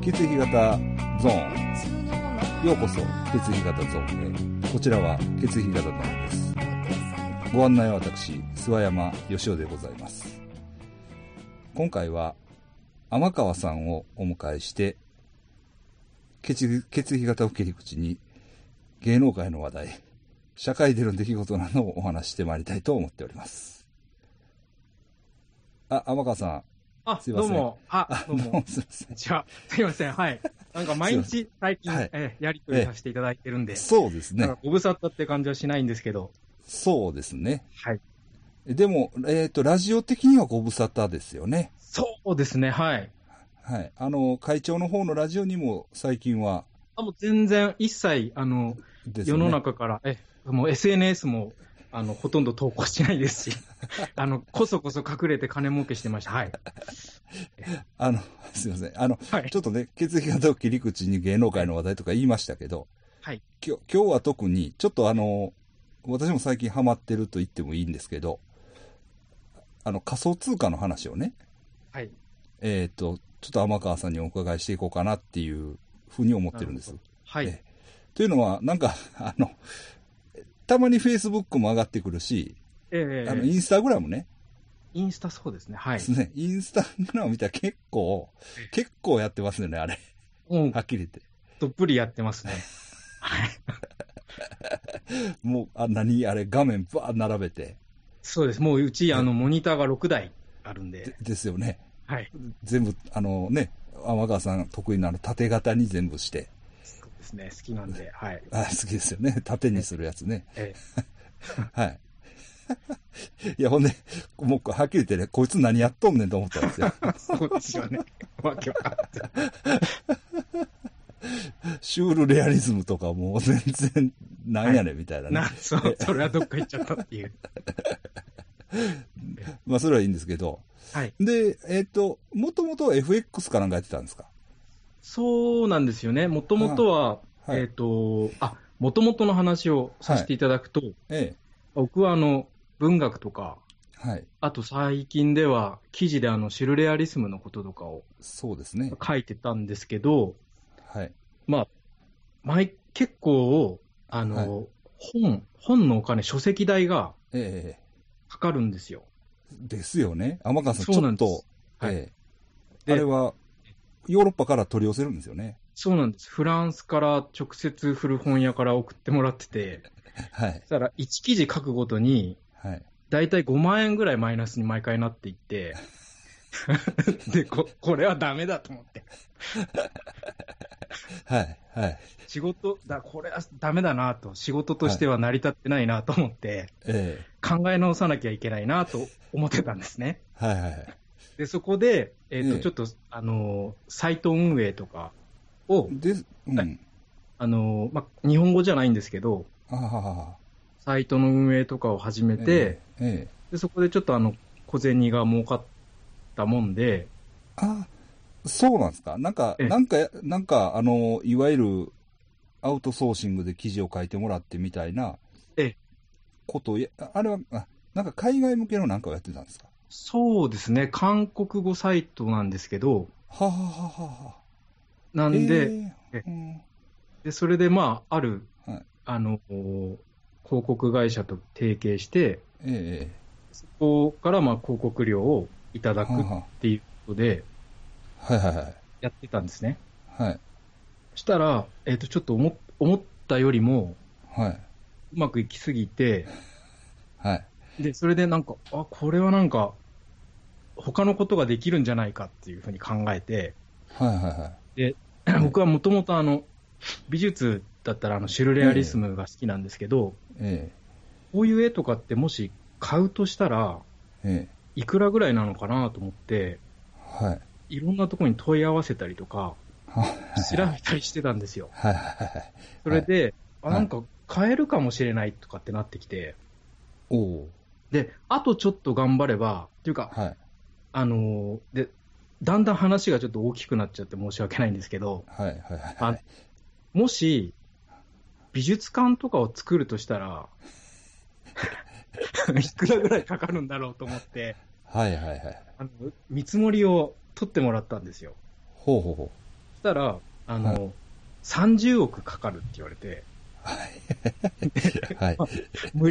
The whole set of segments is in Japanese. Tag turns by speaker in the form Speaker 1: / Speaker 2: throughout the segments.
Speaker 1: 型ゾーン。ようこそ、血液型ゾーンへ。こちらは血液型ゾーンです。ご案内は私、諏訪山義雄でございます。今回は、天川さんをお迎えして、血液血液型を切り口に、芸能界の話題、社会での出来事などをお話ししてまいりたいと思っております。あ、天川さん。
Speaker 2: あ、
Speaker 1: すいま
Speaker 2: ど
Speaker 1: せ
Speaker 2: うんも。あ、どう も。
Speaker 1: すいません。
Speaker 2: じゃあ、 すいません。はい。なんか毎日最近、
Speaker 1: はい
Speaker 2: えやりとりさせていただいてるんで、
Speaker 1: そうです
Speaker 2: な
Speaker 1: ね
Speaker 2: んか。ご無沙汰って感じはしないんですけど、
Speaker 1: そうですね。
Speaker 2: はい。
Speaker 1: でも、えっ、と、ラジオ的にはご無沙汰ですよね。
Speaker 2: そうですね、はい。
Speaker 1: はい。あの、会長の方のラジオにも最近は
Speaker 2: あもう全然、一切、あの、
Speaker 1: です
Speaker 2: 世
Speaker 1: よね。
Speaker 2: の中から、え、もう SNS も、あの、ほとんど投稿してないで すし、あの、こそこそ隠れて金儲けしてました。はい。
Speaker 1: あの、 すいません。あの、
Speaker 2: はい
Speaker 1: ち。ょっとね、血液型を切り口に芸能界の話題とか言いましたけど、
Speaker 2: はい。
Speaker 1: 今日、今日は特に、ちょっとあの、私も最近ハマってると言ってもいいんですけど、あの、仮想通貨の話をね、
Speaker 2: はい。
Speaker 1: えっ、と、ちょっと天川さんにお伺いしていこうかなっていうふうに思ってるんです。
Speaker 2: はい。
Speaker 1: えというのは、なんか、 あの、たまにフェイスブックも上がってくるし、
Speaker 2: えー
Speaker 1: あの、インスタグラムね、
Speaker 2: インスタそうですね。はい
Speaker 1: です。ね、インスタグラム見たら結構、結構やってますよね、あれ。
Speaker 2: もう
Speaker 1: は、っきり言って。
Speaker 2: どっぷりやってますね。はい。
Speaker 1: もう、あ、何あれ、画面ばー並べて。
Speaker 2: そうです。もううち、
Speaker 1: うん
Speaker 2: あの、モニターが6台あるん
Speaker 1: で
Speaker 2: で、
Speaker 1: ですよね。
Speaker 2: はい。
Speaker 1: 全部、あのね、天川さん得意なあの縦型に全部して。
Speaker 2: そうですね。好きなんで、はい。
Speaker 1: あ、好きですよね。 縦にするやつね。
Speaker 2: え
Speaker 1: はい。 いや、ほんで、もう、はっきり言ってね、こいつ何やっとんねんと思ったんです よ。
Speaker 2: え、そうです よね。わけわかんない。
Speaker 1: シュールレアリズムとかもう全然なんやねんみたいなね。
Speaker 2: な、そう、それはどっか行っちゃったっていう。
Speaker 1: まあそれはいいんですけど。
Speaker 2: はい。
Speaker 1: で、えっ、と、もともと FX かなんかやってたんですか
Speaker 2: そうなんですよね。もともとは、
Speaker 1: はい
Speaker 2: えっ、と、あ、もともとの話をさせていただくと、
Speaker 1: ええ。
Speaker 2: 僕はあの、文学とか、
Speaker 1: はい。
Speaker 2: あと最近では記事であの、シルレアリスムのこととかを
Speaker 1: そうですね。
Speaker 2: 書いてたんですけど、
Speaker 1: はい。
Speaker 2: まあ、前、結構、あの、本、本のお金、書籍代が
Speaker 1: ええ。
Speaker 2: かかるんですよ。
Speaker 1: ですよね。天川さん、ち
Speaker 2: そう
Speaker 1: ょ
Speaker 2: な
Speaker 1: っ
Speaker 2: んです
Speaker 1: と、
Speaker 2: はい
Speaker 1: ええ。
Speaker 2: で
Speaker 1: あれは、ヨーロッパから取り寄せるんですよね。
Speaker 2: そうなんです。フランスから直接古本屋から送ってもらってて、
Speaker 1: はい
Speaker 2: そ。したら1記事書くごとに、
Speaker 1: はい。
Speaker 2: だいたい5万円ぐらいマイナスに毎回なっていって、 でこ、これはダメだと思って。
Speaker 1: はい。はい。
Speaker 2: 仕事、だ、これはダメだなと、仕事としては成り立ってないなと思って、
Speaker 1: ええ。
Speaker 2: 考え直さなきゃいけないなと思ってたんですね。
Speaker 1: はいはいはい。
Speaker 2: で、そこで、えっ、と、
Speaker 1: ええ
Speaker 2: ちょっと、あのー、サイト運営とかを、
Speaker 1: で、うん。
Speaker 2: はいあのー、まあ、日本語じゃないんですけど、
Speaker 1: あははは。
Speaker 2: サイトの運営とかを始めて、
Speaker 1: ええ、ええ。
Speaker 2: で、そこでちょっとあの、小銭が儲かったもんで、
Speaker 1: あ、そうなんですか。なんか、
Speaker 2: ええ
Speaker 1: なんか、なんか、あの、いわゆる、アウトソーシングで記事を書いてもらってみたいな
Speaker 2: ええ、
Speaker 1: ことをや、ああれは、あなんか海外向けのなんかをやってたんですか
Speaker 2: そうですね、韓国語サイトなんですけど、
Speaker 1: はあはあはあは
Speaker 2: な
Speaker 1: あ。
Speaker 2: んで、
Speaker 1: え
Speaker 2: え
Speaker 1: えうん
Speaker 2: でそれでまあ、ある、
Speaker 1: はい
Speaker 2: あの、広告会社と提携して、
Speaker 1: ええ、え
Speaker 2: そこからまあ広告料をいた
Speaker 1: え
Speaker 2: だく
Speaker 1: は
Speaker 2: っ
Speaker 1: あは
Speaker 2: ていうことで、
Speaker 1: あはいはいはい。
Speaker 2: やってたんですね。
Speaker 1: はい。
Speaker 2: したら、えっ、と、ちょっと思思ったよりも、
Speaker 1: はい。
Speaker 2: うまくいきすぎて、
Speaker 1: はい。
Speaker 2: で、それでなんか、あ、これはなんか、他のことができるんじゃないかっていうふうに考えて、
Speaker 1: はいはいはい。うん
Speaker 2: 僕はもともとあの、美術だったらあの、シュルレアリスムが好きなんですけど、
Speaker 1: え
Speaker 2: こういう絵とかってもし買うとしたら、
Speaker 1: え、ええ、
Speaker 2: いくらぐらいなのかなと思って、
Speaker 1: はい。
Speaker 2: いろんなところに問い合わせたりとか、
Speaker 1: はい
Speaker 2: 調べたりしてたんですよ。
Speaker 1: はいはいはい。
Speaker 2: それで、あ、
Speaker 1: はい
Speaker 2: なんか買えるかもしれないとかってなってきて、
Speaker 1: おお
Speaker 2: で、あとちょっと頑張れば、というか、
Speaker 1: はい。
Speaker 2: あのーで、だんだん話がちょっと大きくなっちゃって申し訳ないんですけど、
Speaker 1: はいはいはい。
Speaker 2: あもし、美術館とかを作るとし たら、いくらぐらいかかるんだろうと思って、
Speaker 1: はいはいはい。
Speaker 2: あの見積もりを取ってもらったんですよ。
Speaker 1: ほうほうほ
Speaker 2: そしたら、あの、
Speaker 1: は
Speaker 2: 30億かかるって言われて、
Speaker 1: はい。 はい。
Speaker 2: 無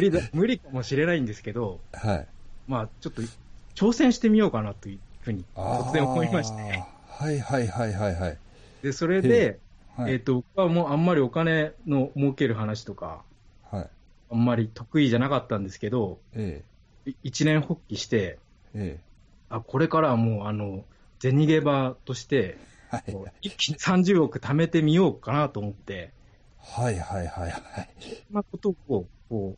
Speaker 2: 理だ、無理かもしれないんですけど、
Speaker 1: はい。
Speaker 2: まあ、ちょっと挑戦してみようかなというふうに
Speaker 1: あー
Speaker 2: 突然思いまして、
Speaker 1: はいはいはいはいはい。
Speaker 2: で、それで、
Speaker 1: はい。
Speaker 2: えっ、と、僕はもうあんまりお金の儲ける話とか、
Speaker 1: はい。
Speaker 2: あんまり得意じゃなかったんですけど、
Speaker 1: え
Speaker 2: い一年発起して、
Speaker 1: え。え
Speaker 2: あ、これからはもう、あの、銭ゲバとして、
Speaker 1: え。はい。
Speaker 2: こう一気に30億貯めてみようかなと思って、
Speaker 1: はいはいはいはい。
Speaker 2: そんなことをこう、こ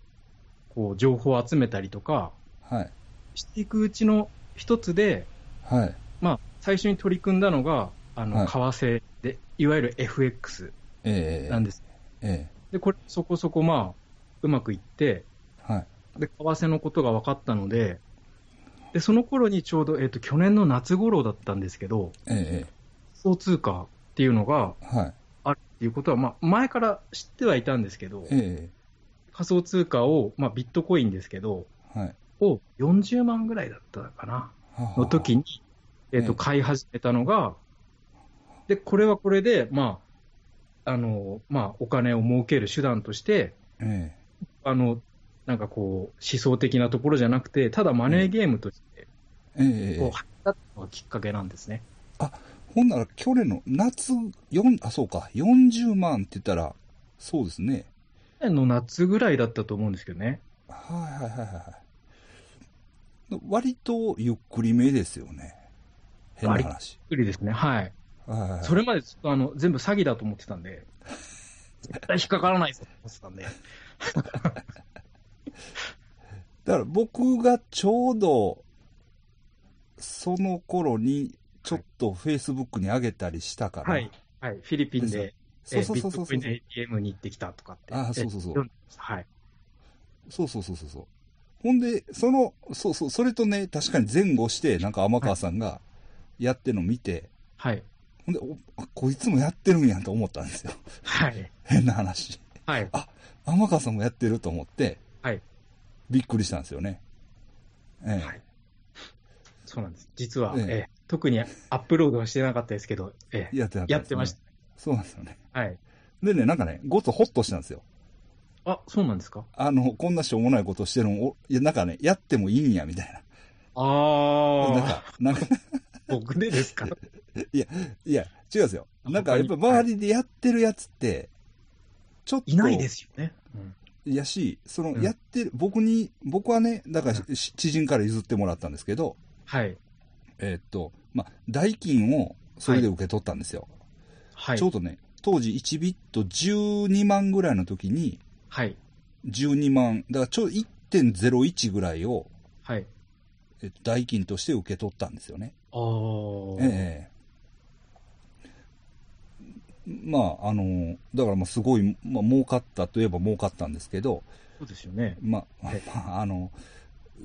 Speaker 2: う、こう情報を集めたりとか、
Speaker 1: はい。
Speaker 2: していくうちの一つで、
Speaker 1: はい。
Speaker 2: まあ、最初に取り組んだのが、あの、
Speaker 1: はい
Speaker 2: 為替で、いわゆる FX
Speaker 1: ええ。
Speaker 2: なんです。
Speaker 1: え
Speaker 2: で、これ、そこそこ、まあ、うまくいって、
Speaker 1: え。はい。
Speaker 2: で、為替のことが分かったので、で、その頃にちょうど、えっ、と、去年の夏頃だったんですけど、
Speaker 1: ええ。
Speaker 2: 仮想通貨っていうのが
Speaker 1: はい。
Speaker 2: あるっていうことは、まあ、前から知ってはいたんですけど、
Speaker 1: え
Speaker 2: 仮想通貨を、まあ、ビットコインですけど、
Speaker 1: え。はい。
Speaker 2: を40万ぐらいだったかな、の時に、えっ、
Speaker 1: ええ
Speaker 2: と、買い始めたのが、で、これはこれで、まあ、あの、まあ、お金を儲ける手段として、
Speaker 1: え
Speaker 2: あの、なんかこう、思想的なところじゃなくて、ただマネーゲームとして、
Speaker 1: え。え
Speaker 2: こう、
Speaker 1: え。
Speaker 2: 入ったのがきっかけなんですね。
Speaker 1: ほんなら去年の夏、四あ、そうか、40万って言ったら、そうですね。
Speaker 2: 去年の夏ぐらいだったと思うんですけどね。
Speaker 1: はいはいはいはい。割とゆっくりめですよね。変な話。
Speaker 2: 不利ですね。はい。
Speaker 1: はいはいはい
Speaker 2: それまでちょっとあの、全部詐欺だと思ってたんで、 絶対引っかからないぞと思ってたんで。
Speaker 1: だから僕がちょうど、その頃に、ちょっとフェイスブックに上げたりしたから。
Speaker 2: はい。。はい。フィリピンで、
Speaker 1: そ
Speaker 2: え
Speaker 1: うそ
Speaker 2: ー
Speaker 1: う
Speaker 2: ビ
Speaker 1: そ
Speaker 2: ッ
Speaker 1: うそ
Speaker 2: ト
Speaker 1: う
Speaker 2: コ
Speaker 1: そ
Speaker 2: イ
Speaker 1: う
Speaker 2: ン。で ATM に行ってきたとかって。
Speaker 1: あそうそうそう
Speaker 2: えー読んでましたはい。
Speaker 1: そうそうそうそうそう。ほんで、その、そうそう、それとね、確かに前後して、なんか天川さんがやってるの見て、
Speaker 2: はい。
Speaker 1: ほんでおあ、こいつもやってるんやと思ったんですよ。
Speaker 2: はい。
Speaker 1: 変な話。
Speaker 2: はい。
Speaker 1: 天川さんもやってると思って、
Speaker 2: はい
Speaker 1: びっくりしたんですよね。ええ
Speaker 2: はいそうなんです。実は、
Speaker 1: え
Speaker 2: え
Speaker 1: え
Speaker 2: え特にアップロードはしてなかったですけど、ええ
Speaker 1: やってなか
Speaker 2: や
Speaker 1: っ
Speaker 2: っ
Speaker 1: です
Speaker 2: た
Speaker 1: ね
Speaker 2: てました。
Speaker 1: そうなんですよね。
Speaker 2: はい。
Speaker 1: でね、なんかね、ごつホッとしたんですよ。
Speaker 2: あ、そうなんですか
Speaker 1: あの、こんなしょうもないことしてるの、おいや、なんかね、やってもいいんや、みたい
Speaker 2: あ
Speaker 1: な。なん
Speaker 2: あ、
Speaker 1: か、なんか、
Speaker 2: 僕でですか
Speaker 1: いや、違うんですよ。なんか、やっぱ周りでやってるやつって、ちょっと、
Speaker 2: いないですよね。うん
Speaker 1: やし、その、
Speaker 2: うん
Speaker 1: やってる、僕に、僕はね、だから、し知人から譲ってもらったんですけど、
Speaker 2: はい。
Speaker 1: えーっと、まあ、代金を、それで受け取ったんですよ。
Speaker 2: はい
Speaker 1: ちょ。うどね、当時1ビット12万ぐらいの時に、
Speaker 2: はい。
Speaker 1: 12万、だからちょうど1.01ぐらいを、
Speaker 2: はい。
Speaker 1: えっと、代金として受け取ったんですよね。
Speaker 2: ああ、
Speaker 1: ええまあ、あの、だからまあすごい、まあ、儲かったといえば儲かったんですけど、
Speaker 2: そうですよね。
Speaker 1: まあ
Speaker 2: はい、
Speaker 1: まあ、あの、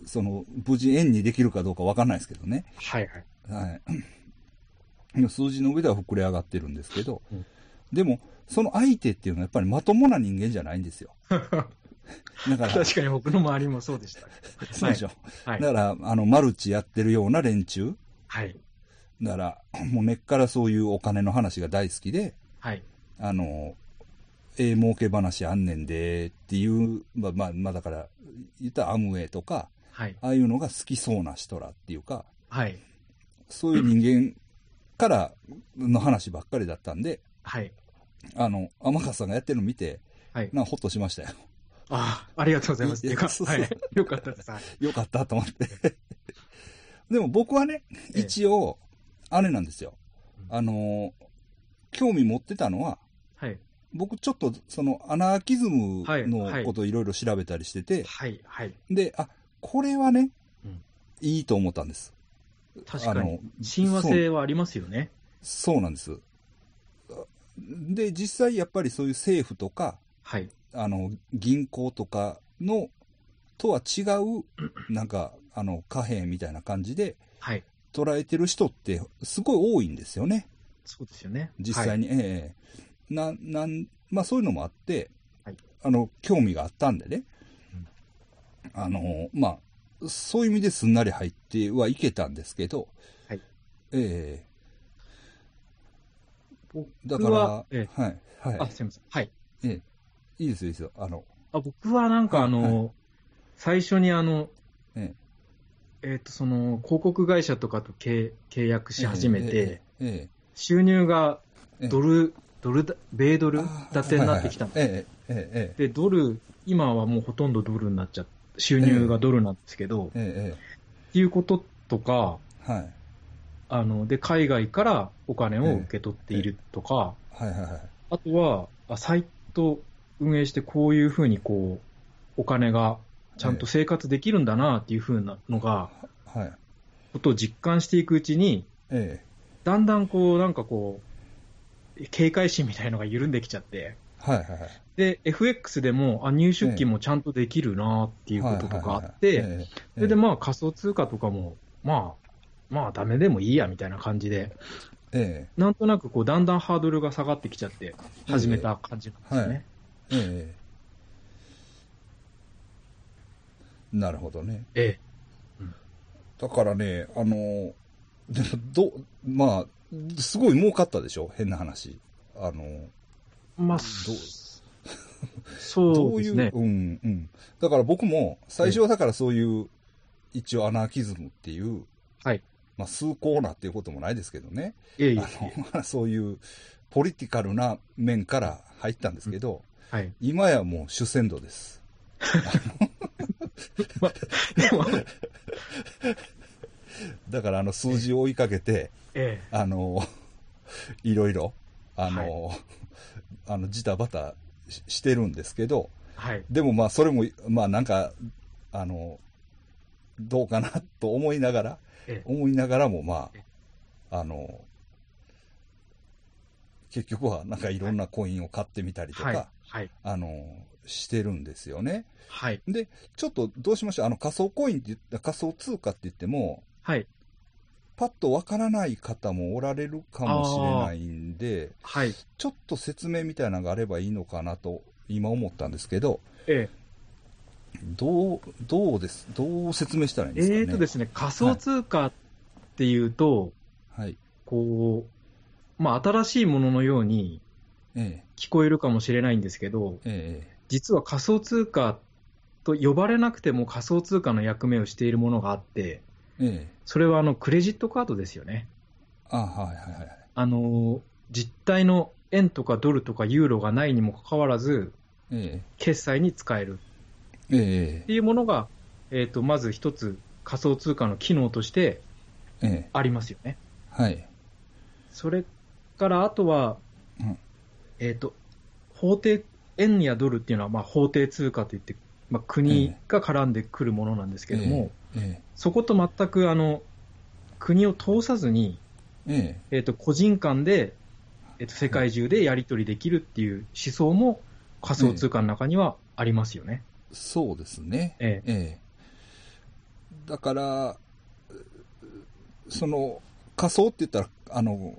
Speaker 1: その、無事円にできるかどうかわかんないですけどね。
Speaker 2: はいはい。
Speaker 1: はい。数字の上では膨れ上がってるんですけど、
Speaker 2: うん
Speaker 1: でも、その相手っていうのはやっぱりまともな人間じゃないんです よ。だから、
Speaker 2: 確かに僕の周りもそうでした。
Speaker 1: そうでしょ。
Speaker 2: はい。
Speaker 1: だから、あの、マルチやってるような連中、
Speaker 2: はい。
Speaker 1: だから、もう根っからそういうお金の話が大好きで、
Speaker 2: はい。
Speaker 1: あの、ええ儲け話あんねんでっていう、まあ、まあ、まあ、だから、言ったらアムウェイとか、
Speaker 2: はい。
Speaker 1: ああいうのが好きそうな人らっていうか、
Speaker 2: はい。
Speaker 1: そういう人間からの話ばっかりだったんで、
Speaker 2: はい。
Speaker 1: あの、天川さんがやってるの見て、
Speaker 2: はい
Speaker 1: なんかほっとしましたよ。
Speaker 2: ああ、ありがとうございます。
Speaker 1: いや
Speaker 2: てか
Speaker 1: そう
Speaker 2: はい。よかったです。はい
Speaker 1: よかったと思って。 でも僕はね、
Speaker 2: ええ
Speaker 1: 一応、あれなんですよ。
Speaker 2: うん
Speaker 1: あの、興味持ってたのは、
Speaker 2: はい。
Speaker 1: 僕ちょっとそのアナーキズム
Speaker 2: はいは
Speaker 1: の
Speaker 2: い
Speaker 1: ことをいろいろ調べたりしてて、
Speaker 2: はい。はい。
Speaker 1: で、あ、これはね、
Speaker 2: うん
Speaker 1: いいと思ったんです。
Speaker 2: 確かに。
Speaker 1: あの
Speaker 2: 親和性はありますよね。
Speaker 1: そうなんです。で、実際やっぱりそういう政府とか、
Speaker 2: はい。
Speaker 1: あの、銀行とかの、とは違う、なんか、あの、貨幣みたいな感じで
Speaker 2: はい。
Speaker 1: 捉えてる人ってすごい多いんですよね。
Speaker 2: そうですよね。
Speaker 1: 実際
Speaker 2: に。
Speaker 1: に。ええな、なん、まあそういうのもあって、
Speaker 2: はい
Speaker 1: あの、興味があったんでね。あの、まあ、そういう意味ですんなり入ってはいけたんですけど、
Speaker 2: はい
Speaker 1: ええだ
Speaker 2: 僕
Speaker 1: か
Speaker 2: は
Speaker 1: ら、、
Speaker 2: え
Speaker 1: はい、
Speaker 2: え
Speaker 1: は
Speaker 2: あ、すみません。はい。
Speaker 1: い、ええ、いいですよ、いいですよ。あの、
Speaker 2: あ僕はなんかあの、
Speaker 1: は
Speaker 2: 最初にあの、
Speaker 1: え
Speaker 2: えっ、と、その、広告会社とかと契契約し始めて、
Speaker 1: ええ、ええ、
Speaker 2: 収入が
Speaker 1: ええ
Speaker 2: ドル、ドルだ、米ドル
Speaker 1: あー
Speaker 2: 建てになってきたんで
Speaker 1: はいはいはいええ、ええ、
Speaker 2: で、ドル、今はもうほとんどドルになっちゃって、収入がドルなんですけど、
Speaker 1: ええ、え
Speaker 2: っていうこととか、
Speaker 1: え、はい、
Speaker 2: あの、で、海外からお金を受け取っているとか、
Speaker 1: はい、はい、はい。
Speaker 2: あとは、あサイト運営してこういうふうにこう、お金がちゃんと生活できるんだなっていうふうなのが、
Speaker 1: はい。
Speaker 2: ことを実感していくうちに、
Speaker 1: ええ。
Speaker 2: だんだんこう、なんかこう、警戒心みたいのが緩んできちゃって、
Speaker 1: はいはいはい。っ
Speaker 2: で、FX でも、あ、入出金もちゃんとできるなって
Speaker 1: て
Speaker 2: いうこととかあって、、それで
Speaker 1: も、
Speaker 2: まあ仮想通貨とかも、まあ、まあダメでもいいやみたいな感じで、
Speaker 1: え
Speaker 2: なんとなくこう、だんだんハードルが下がってきちゃって、始めた感じなんですね。
Speaker 1: え、ええ。なるほどね。
Speaker 2: ええ。
Speaker 1: だからね、あの、でも、ど、まあ、すごい儲かったでしょ変な話。あの、
Speaker 2: まあ、
Speaker 1: どう
Speaker 2: そうですね
Speaker 1: ど。ういう、うん、うん。だから僕も、最初はだからそういう、一応アナーキズムっていう、
Speaker 2: はい。
Speaker 1: まあ、崇高なっていうこともないですけどね。
Speaker 2: ええいえい
Speaker 1: あの、まあ、そういう、ポリティカルな面から入ったんですけど、
Speaker 2: え。はい。
Speaker 1: 今やもう主戦度です。
Speaker 2: でも、
Speaker 1: だからあの数字を追いかけて、
Speaker 2: ええ。
Speaker 1: あの、 いろいろ、あの、 あの、ジタバタししてるんですけど、
Speaker 2: はい。
Speaker 1: でもまあそれも、まあなんか、あの、どうかなと 思いながら
Speaker 2: ええ、
Speaker 1: 思いながらもま
Speaker 2: え
Speaker 1: あ、あの、結局はなんかいろんなコインを買ってみたりとか、
Speaker 2: はい。はい。
Speaker 1: あの、してるんですよね。
Speaker 2: はい。
Speaker 1: で、ちょっとどうしましょう。あの仮想コインって言った、仮想通貨って言っても、
Speaker 2: はい。
Speaker 1: パッとわからない方もおられるかもしれないんで、
Speaker 2: はい。
Speaker 1: ちょっと説明みたいなのがあればいいのかなと、今思ったんですけど、
Speaker 2: ええ。
Speaker 1: どう、どうです、どう説明したらいいんですかね。
Speaker 2: えーとですね、仮想通貨っていうと、
Speaker 1: はい。
Speaker 2: こう、まあ、新しいもののように
Speaker 1: え
Speaker 2: 聞こえるかもしれないんですけど、
Speaker 1: え、ええ、
Speaker 2: 実は仮想通貨と呼ばれなくても仮想通貨の役目をしているものがあって、
Speaker 1: ええ、
Speaker 2: それはあのクレジットカードですよね。
Speaker 1: あ、はいはいはい。
Speaker 2: あの、実体の円とかドルとかユーロがないにもかかわらず、
Speaker 1: え
Speaker 2: 決済に使える
Speaker 1: え、え
Speaker 2: っていうものが、えっ、と、まず一つ仮想通貨の機能として
Speaker 1: え、ええ、
Speaker 2: ありますよね。
Speaker 1: はい。
Speaker 2: それからあとは、
Speaker 1: うん
Speaker 2: えっ、と、法定、円やドルっていうのはまあ法定通貨といって、まあ、国が絡んでくるものなんですけども、
Speaker 1: え
Speaker 2: そこと全くあの国を通さずに、
Speaker 1: え、え
Speaker 2: えっと個人間で、えっと世界中でやり取りできるっていう思想も仮想通貨の中にはありますよね。
Speaker 1: え、そうですね。
Speaker 2: ええ
Speaker 1: ええ、だから、うその仮想って言ったら、あの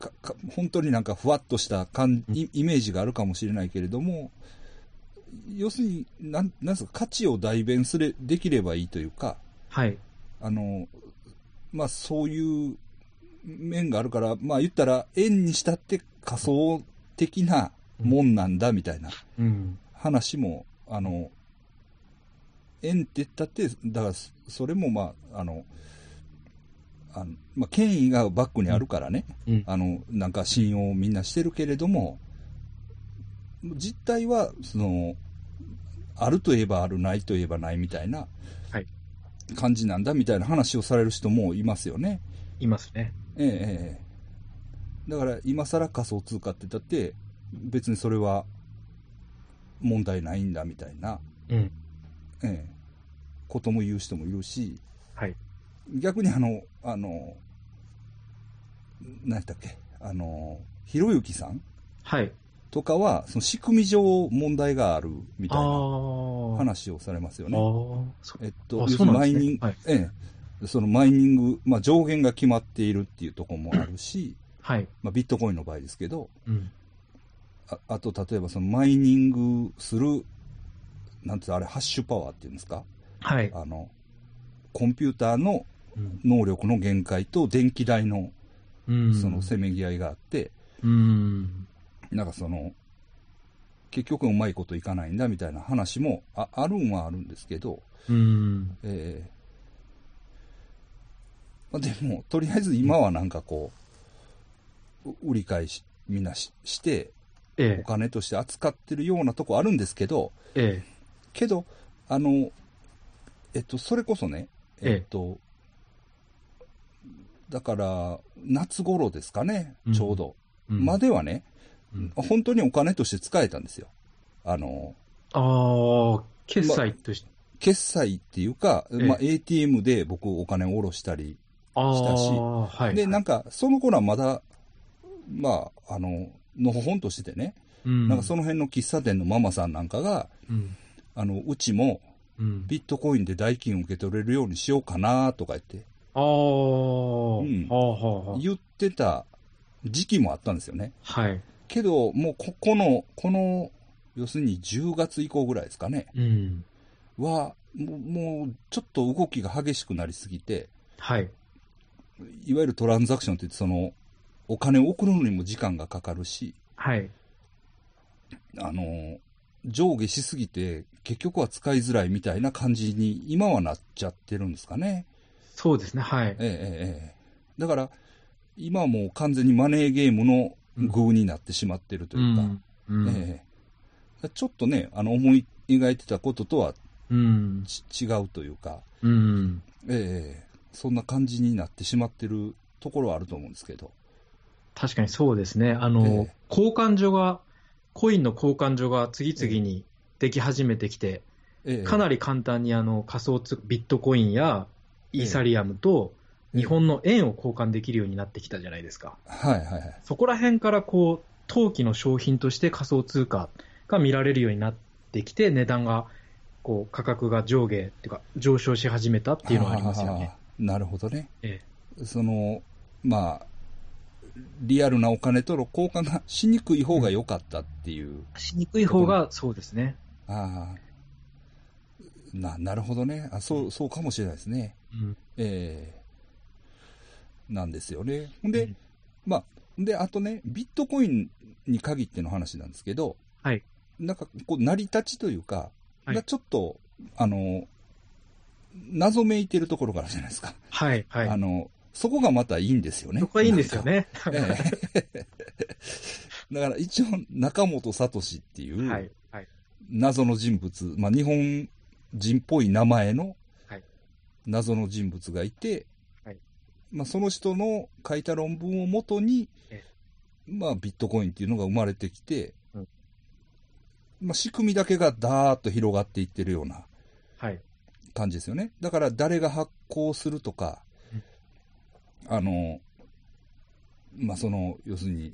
Speaker 1: かか本当になんかふわっとした感イイメージがあるかもしれないけれども、要するに、なんなんですか、価値を代弁すれできればいいというか、
Speaker 2: はい。
Speaker 1: あのまあ、そういう面があるから、まあ、言ったら、円にしたって仮想的なもんなんだみたいな。
Speaker 2: うん。
Speaker 1: 話も、あの、縁って言ったって、だからそ、それも、まあ、あの、あのまあ、権威がバックにあるからね、
Speaker 2: うん
Speaker 1: あの、なんか信用をみんなしてるけれども、実態は、その、あるといえばある、ないといえばないみたいな
Speaker 2: はい
Speaker 1: 感じなんだみたいな話をされる人もいますよね。
Speaker 2: いますね。
Speaker 1: ええええええ、だから今更仮想通貨ってだって別にそれは問題ないんだみたいな、
Speaker 2: うん。
Speaker 1: ええ、ことも言う人もいるし
Speaker 2: はい。
Speaker 1: 逆にあのあの何やったっけあのひろゆきさん
Speaker 2: はい。
Speaker 1: とかはその仕組み上問題があるみたいな
Speaker 2: ああ。
Speaker 1: 話をされますよ
Speaker 2: ああ
Speaker 1: ね。
Speaker 2: そ
Speaker 1: えっ
Speaker 2: あ
Speaker 1: と、
Speaker 2: そうなん
Speaker 1: マ
Speaker 2: で
Speaker 1: イ
Speaker 2: すね
Speaker 1: ニング、
Speaker 2: はい
Speaker 1: ええ、そのマイニング、まあ、上限が決まっているっていうところもあるし、
Speaker 2: はい。
Speaker 1: まあ、ビットコインの場合ですけど、
Speaker 2: うん。
Speaker 1: ああと例えばそのマイニングする、なんつうあれ、ハッシュパワーっていうんですか、
Speaker 2: はい。
Speaker 1: あのコンピューターの
Speaker 2: うん。
Speaker 1: 能力の限界と電気代の
Speaker 2: うん
Speaker 1: そのせめぎ合いがあって、
Speaker 2: うん。
Speaker 1: なんかその、結局うまいこといかないんだみたいな話もああるんはあるんですけど、
Speaker 2: うん。
Speaker 1: えーまあ、でも、とりあえず今はなんかこう、う売り買いしみんなしして、お
Speaker 2: え
Speaker 1: 金として扱ってるようなとこあるんですけど、
Speaker 2: え、え
Speaker 1: けど、あの、えっと、それこそね、
Speaker 2: ええ
Speaker 1: えっと、だから、夏頃ですかね
Speaker 2: う、ん
Speaker 1: ちょうど。
Speaker 2: え。
Speaker 1: まではね、
Speaker 2: うん
Speaker 1: 本当にお金として使えたんですよ。あの、
Speaker 2: ああ、決済として、
Speaker 1: 決済っていうか、
Speaker 2: ええ
Speaker 1: まあ、ATM で僕お金を下ろしたり、したし
Speaker 2: ああ、はい。
Speaker 1: で、なん
Speaker 2: か、
Speaker 1: か、その頃はまだ、まあ、あの、のほほんとしててね、
Speaker 2: な
Speaker 1: なんかその辺の喫茶店のママさんなんかが、
Speaker 2: うん、
Speaker 1: あの、うちも
Speaker 2: うん。
Speaker 1: ビットコインで代金を受け取れるようにしようかなとか言って、
Speaker 2: ああ、
Speaker 1: ん
Speaker 2: はあはあは
Speaker 1: 言ってた時期もあったんですよね。
Speaker 2: あ。はい。
Speaker 1: けど、もうここの、この、要するに10月以降ぐらいですかね、
Speaker 2: うん。
Speaker 1: は、もうもうちょっと動きが激しくなりすぎて、
Speaker 2: はい。
Speaker 1: いわゆるトランザクションって言って、その、お金を送るのにも時間がかかるし、
Speaker 2: はい。
Speaker 1: あの、上下しすぎて、結局は使いづらいみたいな感じに今はなっちゃってるんですかね。
Speaker 2: そうですね、はい。
Speaker 1: ええええええ。だから、今はもう完全にマネーゲームの具になってしまってるというか、
Speaker 2: うん。うん
Speaker 1: ええちょっとね、あの思い描いてたこととは
Speaker 2: うん。
Speaker 1: ち違うというか、
Speaker 2: うん。
Speaker 1: ええそんな感じになってしまってるところはあると思うんですけど。
Speaker 2: 確かにそうですね。あの、
Speaker 1: ええ
Speaker 2: 交換所が、コインの交換所が次々にでき始めてきて、
Speaker 1: ええ
Speaker 2: かなり簡単にあの仮想通ビットコインやイーサリアムと日本の円を交換できるようになってきたじゃないですか。
Speaker 1: はいはいはい。
Speaker 2: そこら辺からこう、投機の商品として仮想通貨が見られるようになってきて、値段が、こう、価格が上下っていうか、上昇し始めたっていうのがありますよね。
Speaker 1: あー。なるほどね。
Speaker 2: え
Speaker 1: その、まあ、リアルなお金との交換がしにくい方が良かったっていう。
Speaker 2: え、しにくい方がそうですね。
Speaker 1: ああ。な、なるほどね。あ、そう、そうかもしれないですね。
Speaker 2: うん。
Speaker 1: ええなんですよね。ほんで、まあ、で、あとね、ビットコインに限っての話なんですけど、
Speaker 2: はい
Speaker 1: なんか、こう、成り立ちというか、
Speaker 2: はい
Speaker 1: がちょっと、あの、謎めいてるところがあるじゃないですか。
Speaker 2: はい、はい。
Speaker 1: あの、そこがまたいいんですよね。
Speaker 2: そこはいいんですよね。
Speaker 1: なん か。ええ だから一応、中本聡ってい
Speaker 2: は
Speaker 1: う
Speaker 2: い、はい。
Speaker 1: 謎の人物、まあ日本人っぽい名前の
Speaker 2: はい
Speaker 1: 謎の人物がいて、
Speaker 2: はい
Speaker 1: まあその人の書いた論文をもとに
Speaker 2: え、
Speaker 1: まあビットコインっていうのが生まれてきて、
Speaker 2: うん
Speaker 1: まあ仕組みだけがだーっと広がっていってるような
Speaker 2: はい。
Speaker 1: 感じですよね。だから誰が発行するとか、あの、まあ、その、要するに、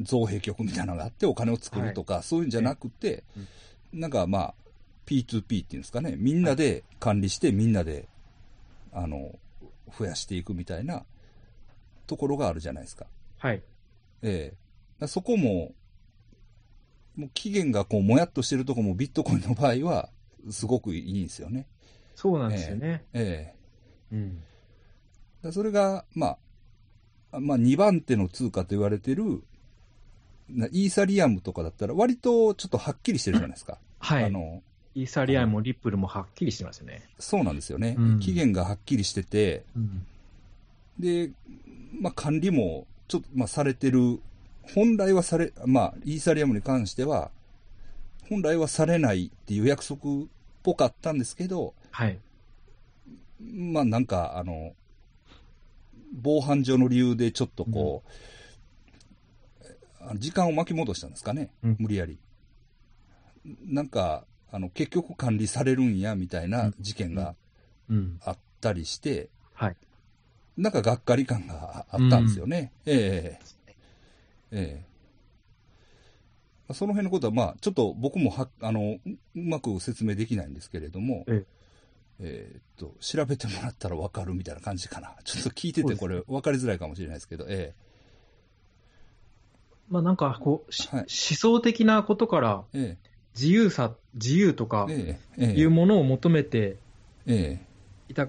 Speaker 1: 造幣局みたいなのがあってお金を作るとか、そういうんじゃなくて、
Speaker 2: え
Speaker 1: なんかまあ、P2P っていうんですかね、みんなで管理して、みんなで、あの、増やしていくみたいなところがあるじゃないですか。
Speaker 2: はい。
Speaker 1: ええだからそこも、もう期限がこう、もやっとしてるとこもビットコインの場合は、すごくいいんですよね。
Speaker 2: そうなんですよね。
Speaker 1: ええ
Speaker 2: うん。
Speaker 1: だそれが、まあ、まあ、2番手の通貨と言われてる、なイーサリアムとかだったら、割とちょっとはっきりしてるじゃないですか。
Speaker 2: は
Speaker 1: あ
Speaker 2: い。
Speaker 1: の
Speaker 2: イーサリアムもリップルもはっきりしてますよね。
Speaker 1: そうなんですよね、
Speaker 2: うん
Speaker 1: 期限がはっきりしてて、
Speaker 2: うん。
Speaker 1: で、まあ、管理もちょっと、まあ、されてる、本来はされ、まあ、イーサリアムに関しては、本来はされないっていう約束っぽかったんですけど、
Speaker 2: はい。
Speaker 1: まあなんか、あの、防犯上の理由でちょっとこう、あの時間を巻き戻したんですかね、
Speaker 2: うん
Speaker 1: 無理やり。なんか、あの、結局管理されるんや、みたいな事件が
Speaker 2: うん。
Speaker 1: あったりして、
Speaker 2: はい。
Speaker 1: なんかがっかり感がああったんですよね。ええええその辺のことは、まあ、ちょっと僕もはあのううまく説明できないんですけれども、
Speaker 2: え
Speaker 1: えーっと調べてもらったら分かるみたいな感じかな、 ちょっと聞いて
Speaker 2: そう
Speaker 1: て、
Speaker 2: です
Speaker 1: こ
Speaker 2: ね
Speaker 1: れ、分かりづらいかもしれないですけど、え
Speaker 2: まあなんか、こう、し
Speaker 1: はい
Speaker 2: 思想的なことから、
Speaker 1: ええ
Speaker 2: 自由さ、自由とか
Speaker 1: えええ
Speaker 2: いうものを求めて
Speaker 1: ええ
Speaker 2: いた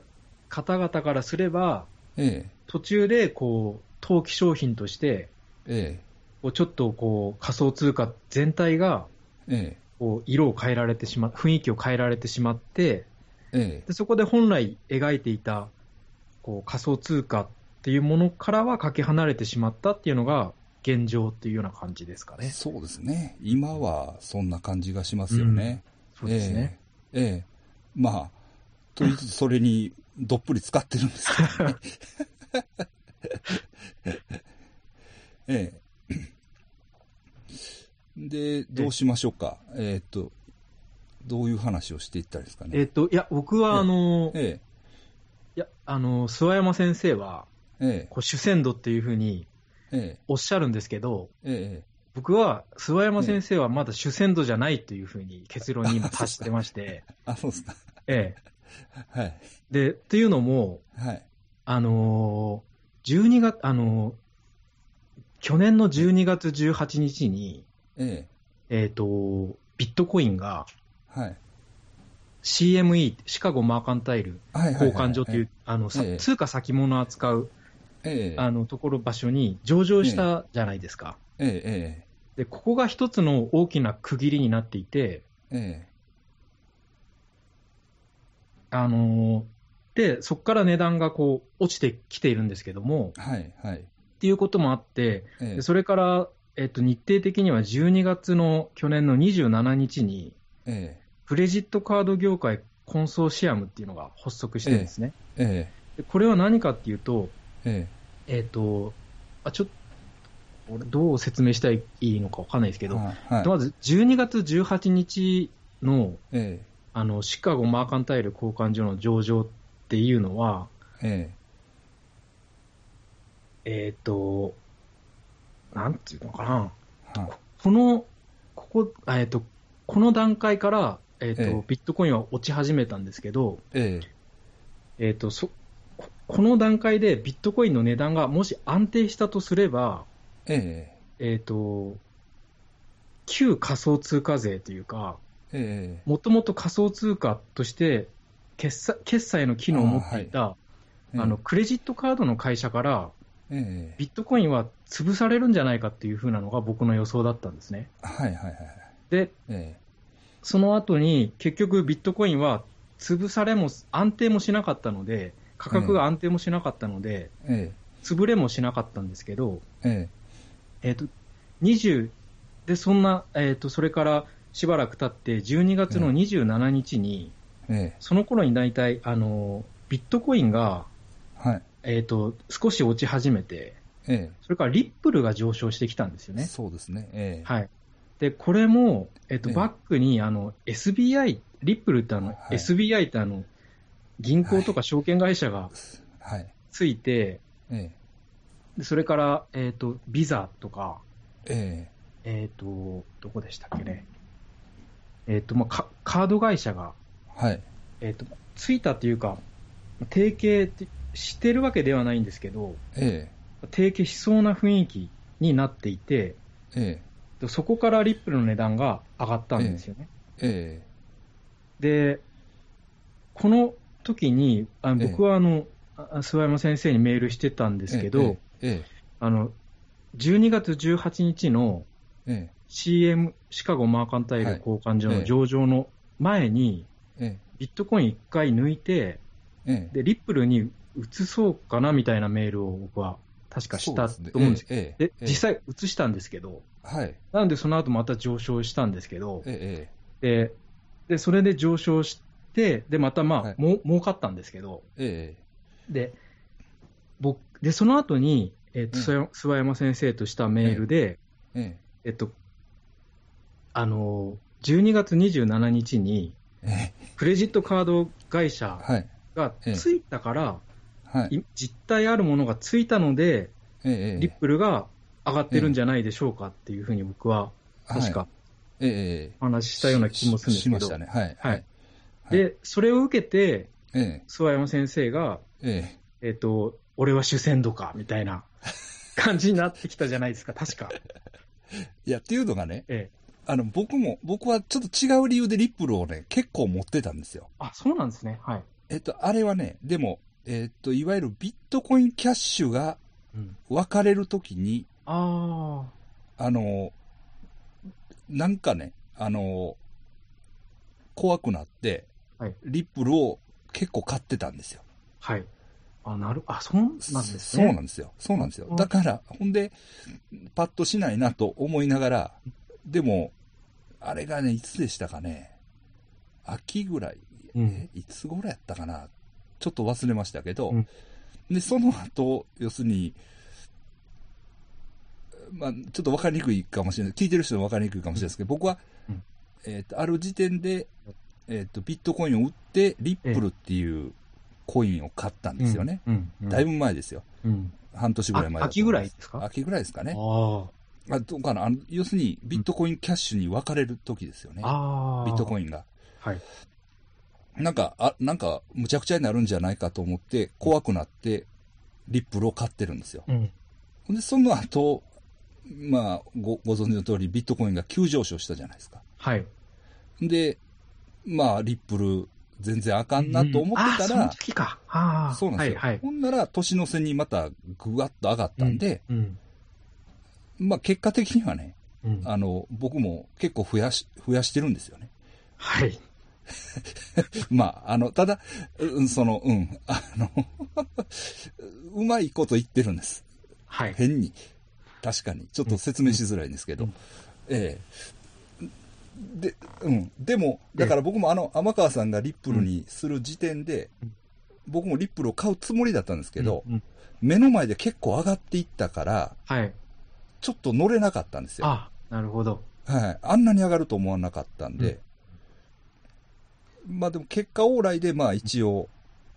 Speaker 2: 方々からすれば、
Speaker 1: ええ
Speaker 2: 途中でこう、投機商品として、
Speaker 1: え
Speaker 2: こうちょっとこう仮想通貨全体が
Speaker 1: え、え
Speaker 2: こう色を変えられてしま雰囲気を変えられてしまって、
Speaker 1: え、ええ、
Speaker 2: でそこで本来描いていたこう仮想通貨っていうものからはかけ離れてしまったっていうのが現状っていうような感じですかね。
Speaker 1: そうですね。今はそんな感じがしますよね。
Speaker 2: そうですね。
Speaker 1: ええ。ええ。まあ、と言いつつそれにどっぷり使ってるんですけ どね。ええ。で、どうしましょうか。えーっと、どういう話をしていったらいいですかね。
Speaker 2: えっと、いや、僕はあの、い
Speaker 1: え
Speaker 2: や、あの、諏訪山先生は、
Speaker 1: え、え
Speaker 2: こう主戦度っていうふうに
Speaker 1: え、え
Speaker 2: おっしゃるんですけど、
Speaker 1: え、え
Speaker 2: 僕は諏訪山先生はまだ主戦度じゃないというふうに結論に今達してまして、
Speaker 1: え。あ、そうですか。
Speaker 2: ええ。
Speaker 1: はい。
Speaker 2: で、っていうのも、
Speaker 1: はい。
Speaker 2: あのー、12月、あのー、去年の12月18日に、
Speaker 1: ええ、
Speaker 2: えっ、と、ビットコインが
Speaker 1: はい。
Speaker 2: CME、シカゴマーカンタイル
Speaker 1: はいはいはい
Speaker 2: 交換所という、あの、さ
Speaker 1: ええ
Speaker 2: 通貨先物を扱う、
Speaker 1: ええ、
Speaker 2: あの、ところ場所に上場したじゃないですか。
Speaker 1: ええ、
Speaker 2: で、ここが一つの大きな区切りになっていて、
Speaker 1: ええ、え
Speaker 2: あのーで、そこから値段がこう、落ちてきているんですけども、
Speaker 1: え、はい、はい。
Speaker 2: っていうこともあって、
Speaker 1: ええ
Speaker 2: で、それから、えっと、日程的には12月の去年の27日に、
Speaker 1: え
Speaker 2: クレジットカード業界コンソーシアムっていうのが発足してるんですね。
Speaker 1: え、え
Speaker 2: でこれは何かっていうと、
Speaker 1: え、え
Speaker 2: えっと、あちょっと、俺どう説明したらいいのかわかんないですけ
Speaker 1: え、
Speaker 2: ど、
Speaker 1: はいはい
Speaker 2: まず12月18日の
Speaker 1: ええ、
Speaker 2: あのシカゴマーカンタイル交換所の上場っていうのは、
Speaker 1: え
Speaker 2: えっ、と、なんていうのかな、
Speaker 1: え、はい
Speaker 2: この、ここ、あえっ、と、この段階から、えっ、と、
Speaker 1: ええ
Speaker 2: ビットコインは落ち始めたんですけど、
Speaker 1: え
Speaker 2: えっ、と、そ、ここの段階でビットコインの値段がもし安定したとすれば、
Speaker 1: え、え
Speaker 2: えっ、と、旧仮想通貨税というか、
Speaker 1: え、え
Speaker 2: もともと仮想通貨として決済、決済の機能を持っていた、
Speaker 1: え、
Speaker 2: あの、クレジットカードの会社から、
Speaker 1: ええ、
Speaker 2: ビットコインは潰されるんじゃないかっていう風なのが僕の予想だったんですね。
Speaker 1: はいはいはいはい。
Speaker 2: で、
Speaker 1: え
Speaker 2: その後に結局ビットコインは潰されも安定もしなかったので、価格が安定もしなかったので、
Speaker 1: え、え
Speaker 2: 潰れもしなかったんですけど、
Speaker 1: え、え
Speaker 2: えっ、と、20で、そんな、えっ、と、それからしばらく経って、12月の27日に、
Speaker 1: え、ええ、
Speaker 2: その頃に大体、あの、ビットコインが、
Speaker 1: はい。
Speaker 2: えっ、と、少し落ち始めて、
Speaker 1: え
Speaker 2: それからリップルが上昇してきたんですよ
Speaker 1: え、
Speaker 2: ね。
Speaker 1: そうですね。え
Speaker 2: はい。で、これも、えっと、
Speaker 1: ええ
Speaker 2: バックに、あの、SBI、リップルってあの、
Speaker 1: はい
Speaker 2: SBI ってあの、銀行とか証券会社が
Speaker 1: え、はい。
Speaker 2: ついて、
Speaker 1: え
Speaker 2: でそれから、えっと、ビザとか、
Speaker 1: え、え
Speaker 2: えっと、どこでしたっけね。えっと、まあ、カカード会社が、
Speaker 1: え、はい。
Speaker 2: えっと、ついたというか、提携ってしてるわけではないんですけど、
Speaker 1: え
Speaker 2: 提携しそうな雰囲気になっていて、
Speaker 1: え、え
Speaker 2: でそこからリップルの値段が上がったんですよね。
Speaker 1: え、え
Speaker 2: で、この時に、あ
Speaker 1: ええ
Speaker 2: 僕はあの、あ諏訪山先生にメールしてたんで
Speaker 1: え。
Speaker 2: すけど、、
Speaker 1: え
Speaker 2: あの、12月18日の
Speaker 1: え、え
Speaker 2: CM、シカゴマーカンタイル
Speaker 1: はい
Speaker 2: 交換所
Speaker 1: え
Speaker 2: の
Speaker 1: え
Speaker 2: 上場の前に、
Speaker 1: え、え
Speaker 2: ビットコイン1回抜いて、
Speaker 1: え、
Speaker 2: で、リップルに移そうかなみたいなメールを僕は確かしたと思うんですけ
Speaker 1: え
Speaker 2: ど、で、実、際移したんですけど、
Speaker 1: はい。
Speaker 2: なのでその後また上昇したんですけど、
Speaker 1: え
Speaker 2: で、でそれで上昇して、で、またまあ、
Speaker 1: はい
Speaker 2: もう儲かったんですけど、
Speaker 1: え、え
Speaker 2: で、僕、で、その後に、えっと、
Speaker 1: うん
Speaker 2: 諏訪諏訪山先生としたメールで、
Speaker 1: え、え
Speaker 2: えっと、あのー、12月27日に、
Speaker 1: え、え
Speaker 2: クレジットカード会社
Speaker 1: はい。
Speaker 2: が
Speaker 1: ええ
Speaker 2: ついたから、
Speaker 1: はい。
Speaker 2: い実態あるものがついたので、
Speaker 1: ええ、
Speaker 2: リップルが上がってるんじゃないでしょうかっていうふうに僕は、確か。
Speaker 1: ええ、
Speaker 2: お話ししたような気もするんですけど、
Speaker 1: しましたね。はい。
Speaker 2: はい。
Speaker 1: はい
Speaker 2: で、それを受けて、
Speaker 1: ええ、
Speaker 2: 諏訪山先生が、
Speaker 1: ええ。
Speaker 2: えっ、と、俺は主戦度か、みたい な感じになってきたじゃないですか、確か。
Speaker 1: いや、っていうのがね、
Speaker 2: ええ
Speaker 1: あの、僕も、僕はちょっと違う理由でリップルをね、結構持ってたんですよ。
Speaker 2: あ、そうなんですね。はい。
Speaker 1: えっと、あれはね、でも、えっと、いわゆるビットコインキャッシュが
Speaker 2: うん、
Speaker 1: 別れるときに、
Speaker 2: あ
Speaker 1: あの、なんかね、あの、怖くなって、
Speaker 2: はい
Speaker 1: リップルを結構買ってたんですよ。
Speaker 2: あ、はい。あ、なる、あ、そうなんです
Speaker 1: そう
Speaker 2: ね。
Speaker 1: なんですよ。そうなんですよ
Speaker 2: う。ん
Speaker 1: だから、ほんで、パッとしないなと思いながら、でも、あれがね、いつでしたかね、秋ぐらい、
Speaker 2: うん
Speaker 1: えいつ頃やったかな、ちょっと忘れましたけど、
Speaker 2: うん
Speaker 1: で、その後、要するに、まあ、ちょっと分かりにくいかもしれない。聞いてる人も分かりにくいかもしれないですけど、僕は、
Speaker 2: うん
Speaker 1: えっと、ある時点で、えっと、ビットコインを売って、リップルっていうコインを買ったんですよね。
Speaker 2: うん。うん。
Speaker 1: だいぶ前ですよ。
Speaker 2: うん。
Speaker 1: 半年ぐらい前
Speaker 2: あ
Speaker 1: だと
Speaker 2: 秋
Speaker 1: 思
Speaker 2: ぐ
Speaker 1: い
Speaker 2: ら
Speaker 1: ま
Speaker 2: い
Speaker 1: す
Speaker 2: ですか
Speaker 1: 秋ぐらいですかね。
Speaker 2: あ
Speaker 1: あどうかなあの要するに、ビットコインキャッシュに分かれる時ですよね
Speaker 2: あ。。ああ。
Speaker 1: ビットコ
Speaker 2: イン。
Speaker 1: インが。
Speaker 2: はい。
Speaker 1: なんか、あなんか、むちゃくちゃになるんじゃないかと思って、怖くなって、リップルを買ってるんですよ。
Speaker 2: うん。
Speaker 1: で、その後、まあ、ごご存知の通り、ビットコインが急上昇したじゃないですか。
Speaker 2: はい。
Speaker 1: で、まあ、リップル、全然あかんなと思ってた
Speaker 2: うんあーその
Speaker 1: ら、
Speaker 2: 時か。ああ。
Speaker 1: そうなんですよ。
Speaker 2: はい、はい。
Speaker 1: ほんなら、年の瀬にまた、ぐわっと上がったんで、
Speaker 2: うん。
Speaker 1: まあ、結果的にはね、
Speaker 2: うん。
Speaker 1: あの、僕も結構増やし、増やしてるんですよね。
Speaker 2: はい。
Speaker 1: まあ、あの、ただ、うんその、うん、あの、 うまいこと言ってるんです。
Speaker 2: はい。
Speaker 1: 変に。確かに。ちょっと説明しづらいんですけど。
Speaker 2: うん
Speaker 1: ええで、うん。でも、だから僕もあの、天川さんがリップルにする時点で、
Speaker 2: うん
Speaker 1: 僕もリップルを買うつもりだったんですけど、
Speaker 2: うんうん
Speaker 1: 目の前で結構上がっていったから、
Speaker 2: はい。
Speaker 1: ちょっと乗れなかったんですよ。
Speaker 2: あ、なるほど。
Speaker 1: はい、あんなに上がると思わなかったんで、まあでも結果往来で、まあ一応、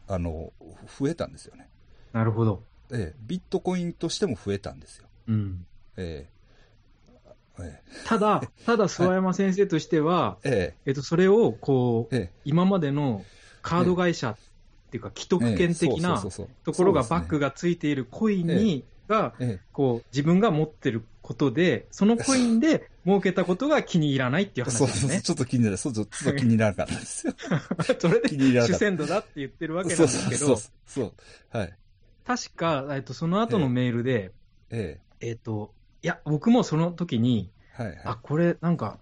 Speaker 1: あの、増えたんですよね。
Speaker 2: なるほど。
Speaker 1: ええ、ビットコインとしても増えたんですよ。
Speaker 2: うん。
Speaker 1: ええ、え
Speaker 2: ただ、ただ、諏訪山先生としては、
Speaker 1: え、え
Speaker 2: えっと、それを、こ
Speaker 1: え、
Speaker 2: う、
Speaker 1: ええ
Speaker 2: 今までのカード会社っていうか、既得権的なところがバック
Speaker 1: が、
Speaker 2: がついているコインに、が、
Speaker 1: え
Speaker 2: こう、自分が持ってることで、そのコインで儲けたことが気に入らないっていう
Speaker 1: え、
Speaker 2: 話
Speaker 1: そ
Speaker 2: で
Speaker 1: う
Speaker 2: す
Speaker 1: そうそう、
Speaker 2: ね。
Speaker 1: ちょっと気にならそうそうちょっと気にならなかったんですよ。
Speaker 2: それ
Speaker 1: 気に
Speaker 2: で、
Speaker 1: 入らな
Speaker 2: 主
Speaker 1: かった。
Speaker 2: 戦度だって言ってるわけなん
Speaker 1: そう
Speaker 2: です
Speaker 1: そう
Speaker 2: け
Speaker 1: そ
Speaker 2: ど
Speaker 1: う、そう。はい。
Speaker 2: 確か、えっと、その後のメールで、
Speaker 1: え
Speaker 2: えっと、いや、僕もその時に、
Speaker 1: え、はい
Speaker 2: あ、
Speaker 1: は
Speaker 2: これ、なんか、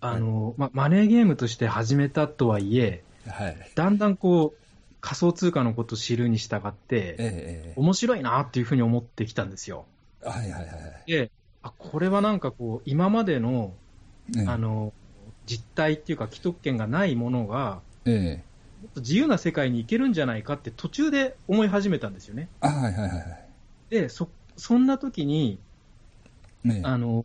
Speaker 2: あの、ま、マネーゲームとして始めたとはいえ、
Speaker 1: い。はい。
Speaker 2: だんだんこう、仮想通貨のことを知るに従って、
Speaker 1: ええ、え
Speaker 2: 面白いなっていうふうに思ってきたんですよ。
Speaker 1: え、はいはいはい。
Speaker 2: で、あこれはなんかこう、今までの、
Speaker 1: ええ
Speaker 2: あの、実態っていうか、既得権がないものが、
Speaker 1: ええ、
Speaker 2: もっと自由な世界に行けるんじゃないかって途中で思い始めたんですよね。
Speaker 1: あ、はいはいはいはい。
Speaker 2: で、そ、そんな時に、
Speaker 1: ええ
Speaker 2: あの、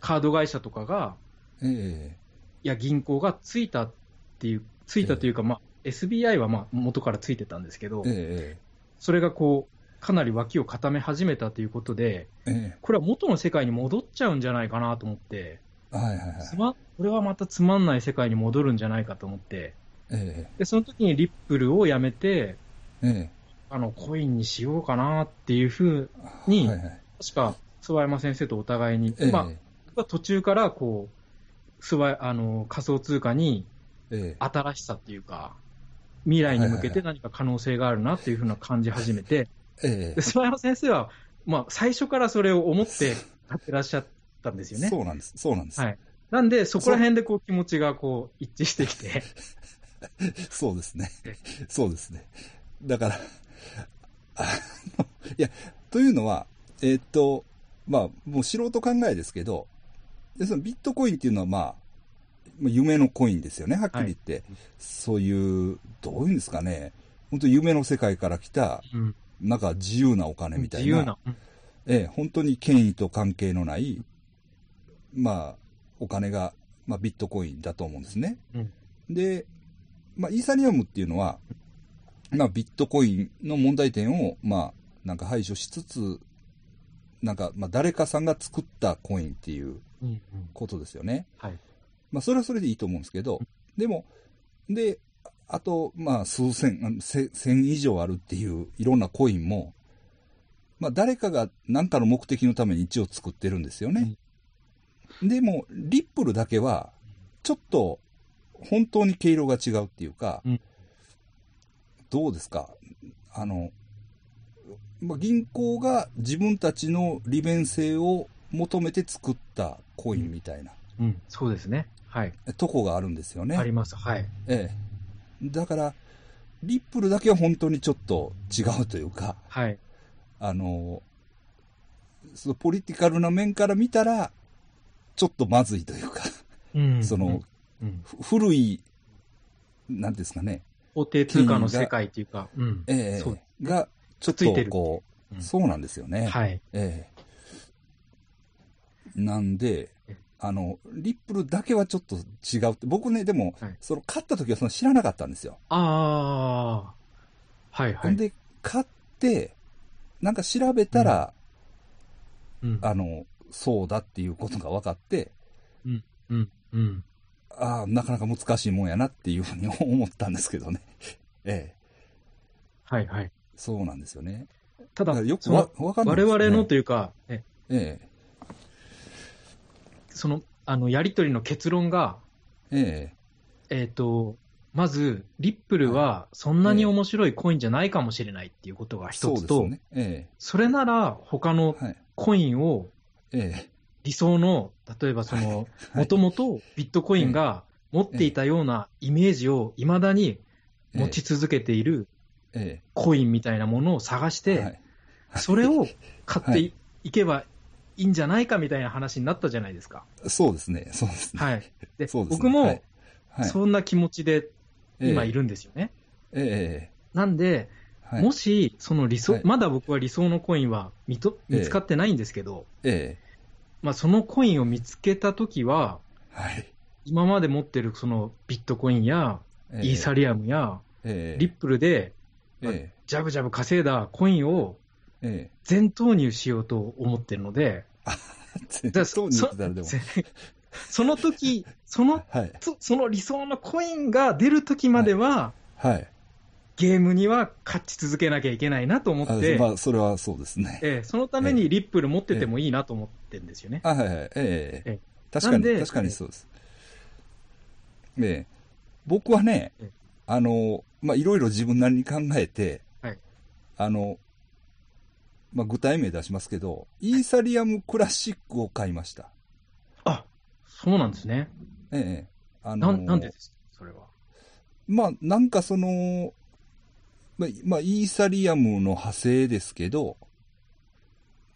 Speaker 2: カード会社とかが、
Speaker 1: え
Speaker 2: いや、銀行がついたっていう、ついたというか、まあ、SBI はまあ、元からついてたんですけど
Speaker 1: え、、え
Speaker 2: それがこう、かなり脇を固め始めたということで、
Speaker 1: え、え
Speaker 2: これは元の世界に戻っちゃうんじゃないかなと思って、
Speaker 1: え、はいはいはい。
Speaker 2: つま、これはまたつまんない世界に戻るんじゃないかと思って、
Speaker 1: え
Speaker 2: で、その時にリップルをやめて、
Speaker 1: え、え
Speaker 2: あの、コインにしようかなっていうふう、
Speaker 1: え。
Speaker 2: に
Speaker 1: はいはい
Speaker 2: 確か、諏訪山先生とお互いに、
Speaker 1: ええ、
Speaker 2: まあ、僕は途中からこう、諏訪、あの、仮想通貨に
Speaker 1: ええ、
Speaker 2: 新しさっていうか、未来に向けて何か可能性があるなっていうふうな感じ始めて、
Speaker 1: え
Speaker 2: で、諏訪山先生は、まあ、最初からそれを思って買ってらっしゃったんです
Speaker 1: え、
Speaker 2: よね。
Speaker 1: そうなんです。そうなんです。
Speaker 2: はいなんで、そこら辺でこう気持ちがこう一致してきて、
Speaker 1: そうですね
Speaker 2: え。
Speaker 1: そうですね。だから、 あの、いや、というのは、えーっと、まあ、もう素人考えですけど、でそのビットコインっていうのは、まあ、まあ夢のコインですよね、はっきり言って。そういう、どういうんですかね、本当夢の世界から来た、
Speaker 2: うん
Speaker 1: なんか自由なお金みたいな。
Speaker 2: 自由な、うん
Speaker 1: ええ、本当に権威と関係のない、まあ、お金が、まあ、ビットコインだと思うんですね。
Speaker 2: うん
Speaker 1: で、まあ、イーサリアムっていうのは、まあ、ビットコインの問題点を、まあ、なんか排除しつつ、なんか、まあ、誰かさんが作ったコインっていう
Speaker 2: うん
Speaker 1: ことですよね。
Speaker 2: はい
Speaker 1: まあ、それはそれでいいと思うんですけど、でも、で、あと、まあ、数千、あのせ千以上あるっていういろんなコインも、まあ、誰かが何かの目的のために一応作ってるんですよね。でも、リップルだけは、ちょっと、本当に毛色が違うっていうか、
Speaker 2: うん
Speaker 1: どうですかあの、まあ、銀行が自分たちの利便性を求めて作ったコインみたいな
Speaker 2: うん、そうですね。はい。
Speaker 1: とこがあるんですよね。
Speaker 2: あります。はい。
Speaker 1: ええ、だから、リップルだけは本当にちょっと違うというか、
Speaker 2: はい。
Speaker 1: あのそのポリティカルな面から見たら、ちょっとまずいというか、
Speaker 2: うん
Speaker 1: その、
Speaker 2: うん、
Speaker 1: ふ古い、なんですかね、
Speaker 2: 法定通貨の世界っていうか、うん。
Speaker 1: え
Speaker 2: そう
Speaker 1: え、が、ちょっ
Speaker 2: ついて
Speaker 1: と
Speaker 2: る
Speaker 1: こう、
Speaker 2: うん
Speaker 1: そうなんですよね。
Speaker 2: はい。
Speaker 1: ええ。なんで
Speaker 2: え、
Speaker 1: あの、リップルだけはちょっと違うって、僕ね、でも、
Speaker 2: はい
Speaker 1: その、買った時はその知らなかったんですよ。
Speaker 2: ああ、はいは
Speaker 1: ほん
Speaker 2: い。
Speaker 1: で、買って、なんか調べたら、
Speaker 2: うん、
Speaker 1: あの、そうだっていうことが分かって、
Speaker 2: うん、うん。
Speaker 1: ああ、なかなか難しいもんやなっていうふうに 思ったんですけどね。 ええ、
Speaker 2: はいはい。
Speaker 1: そうなんですよね。
Speaker 2: た
Speaker 1: だ
Speaker 2: だ、
Speaker 1: からよく
Speaker 2: その
Speaker 1: わ分かんない
Speaker 2: 我
Speaker 1: ですね
Speaker 2: 々のというか、ね、
Speaker 1: ええ、
Speaker 2: その、あの、やりとりの結論が、
Speaker 1: え
Speaker 2: えっ、と、まず、リップルはそんなに面白いコインじゃないかもしれないっていうことが
Speaker 1: え、
Speaker 2: 一
Speaker 1: そうで
Speaker 2: つ
Speaker 1: す
Speaker 2: と、そ
Speaker 1: よね。え
Speaker 2: れなら他
Speaker 1: え、
Speaker 2: の
Speaker 1: はい。
Speaker 2: コインを
Speaker 1: ええ、
Speaker 2: 理想の、例えばその、
Speaker 1: は
Speaker 2: もともとビットコインが持っていたようなイメージをいまだに
Speaker 1: ええ
Speaker 2: 持ち続けている
Speaker 1: え
Speaker 2: コインみたいなものを探し
Speaker 1: え、
Speaker 2: て、
Speaker 1: はい
Speaker 2: それを買っ
Speaker 1: は
Speaker 2: て
Speaker 1: い
Speaker 2: いいけばいいんじゃないかみたいな話になったじゃないですか。
Speaker 1: そうですね、そうですね。
Speaker 2: はい。で、
Speaker 1: そうですね
Speaker 2: 僕
Speaker 1: は
Speaker 2: も
Speaker 1: いはい。
Speaker 2: そんな気持ちで今い
Speaker 1: る。
Speaker 2: るんですよね。
Speaker 1: ええ、え
Speaker 2: なんで、
Speaker 1: え、はい。
Speaker 2: もし、その理想、
Speaker 1: はい
Speaker 2: まだ僕は理想のコインは見と
Speaker 1: ええ
Speaker 2: 見つかってないんですけど、
Speaker 1: ええ、
Speaker 2: まあそのコインを見つけたときは、
Speaker 1: はい。
Speaker 2: 今まで持ってるそのビットコインや、
Speaker 1: ええ
Speaker 2: イーサリアムや、
Speaker 1: ええ、
Speaker 2: リップルで、
Speaker 1: え
Speaker 2: ジャブジャブ稼いだコインを
Speaker 1: え、え
Speaker 2: 全投入しようと思ってるので、
Speaker 1: え。
Speaker 2: だから
Speaker 1: そう
Speaker 2: そ
Speaker 1: に言ってたらでも。
Speaker 2: その時、その、
Speaker 1: はい。
Speaker 2: そその理想のコインが出る時までは、
Speaker 1: はい。
Speaker 2: ゲームには勝ち続けなきゃいけないなと思
Speaker 1: あ
Speaker 2: って、
Speaker 1: まあ、それはそうですね。
Speaker 2: ええそのためにリップル持っててもいいなと思ってるんですよね。
Speaker 1: あはいはい、ええ
Speaker 2: ええ
Speaker 1: 確かに、
Speaker 2: なんで
Speaker 1: 確かにそうです。ええ僕はね
Speaker 2: ええ、
Speaker 1: あの、まあ、いろいろ自分なりに考えて、
Speaker 2: はい
Speaker 1: あの、まあ、具体名出しますけど、イーサリアムクラシックを買いました。
Speaker 2: あそうなんですね。
Speaker 1: ええあ
Speaker 2: な
Speaker 1: の
Speaker 2: んなんでですか、それは。
Speaker 1: まあ、なんかその、まあ、まあ、イーサリアムの派生ですけど、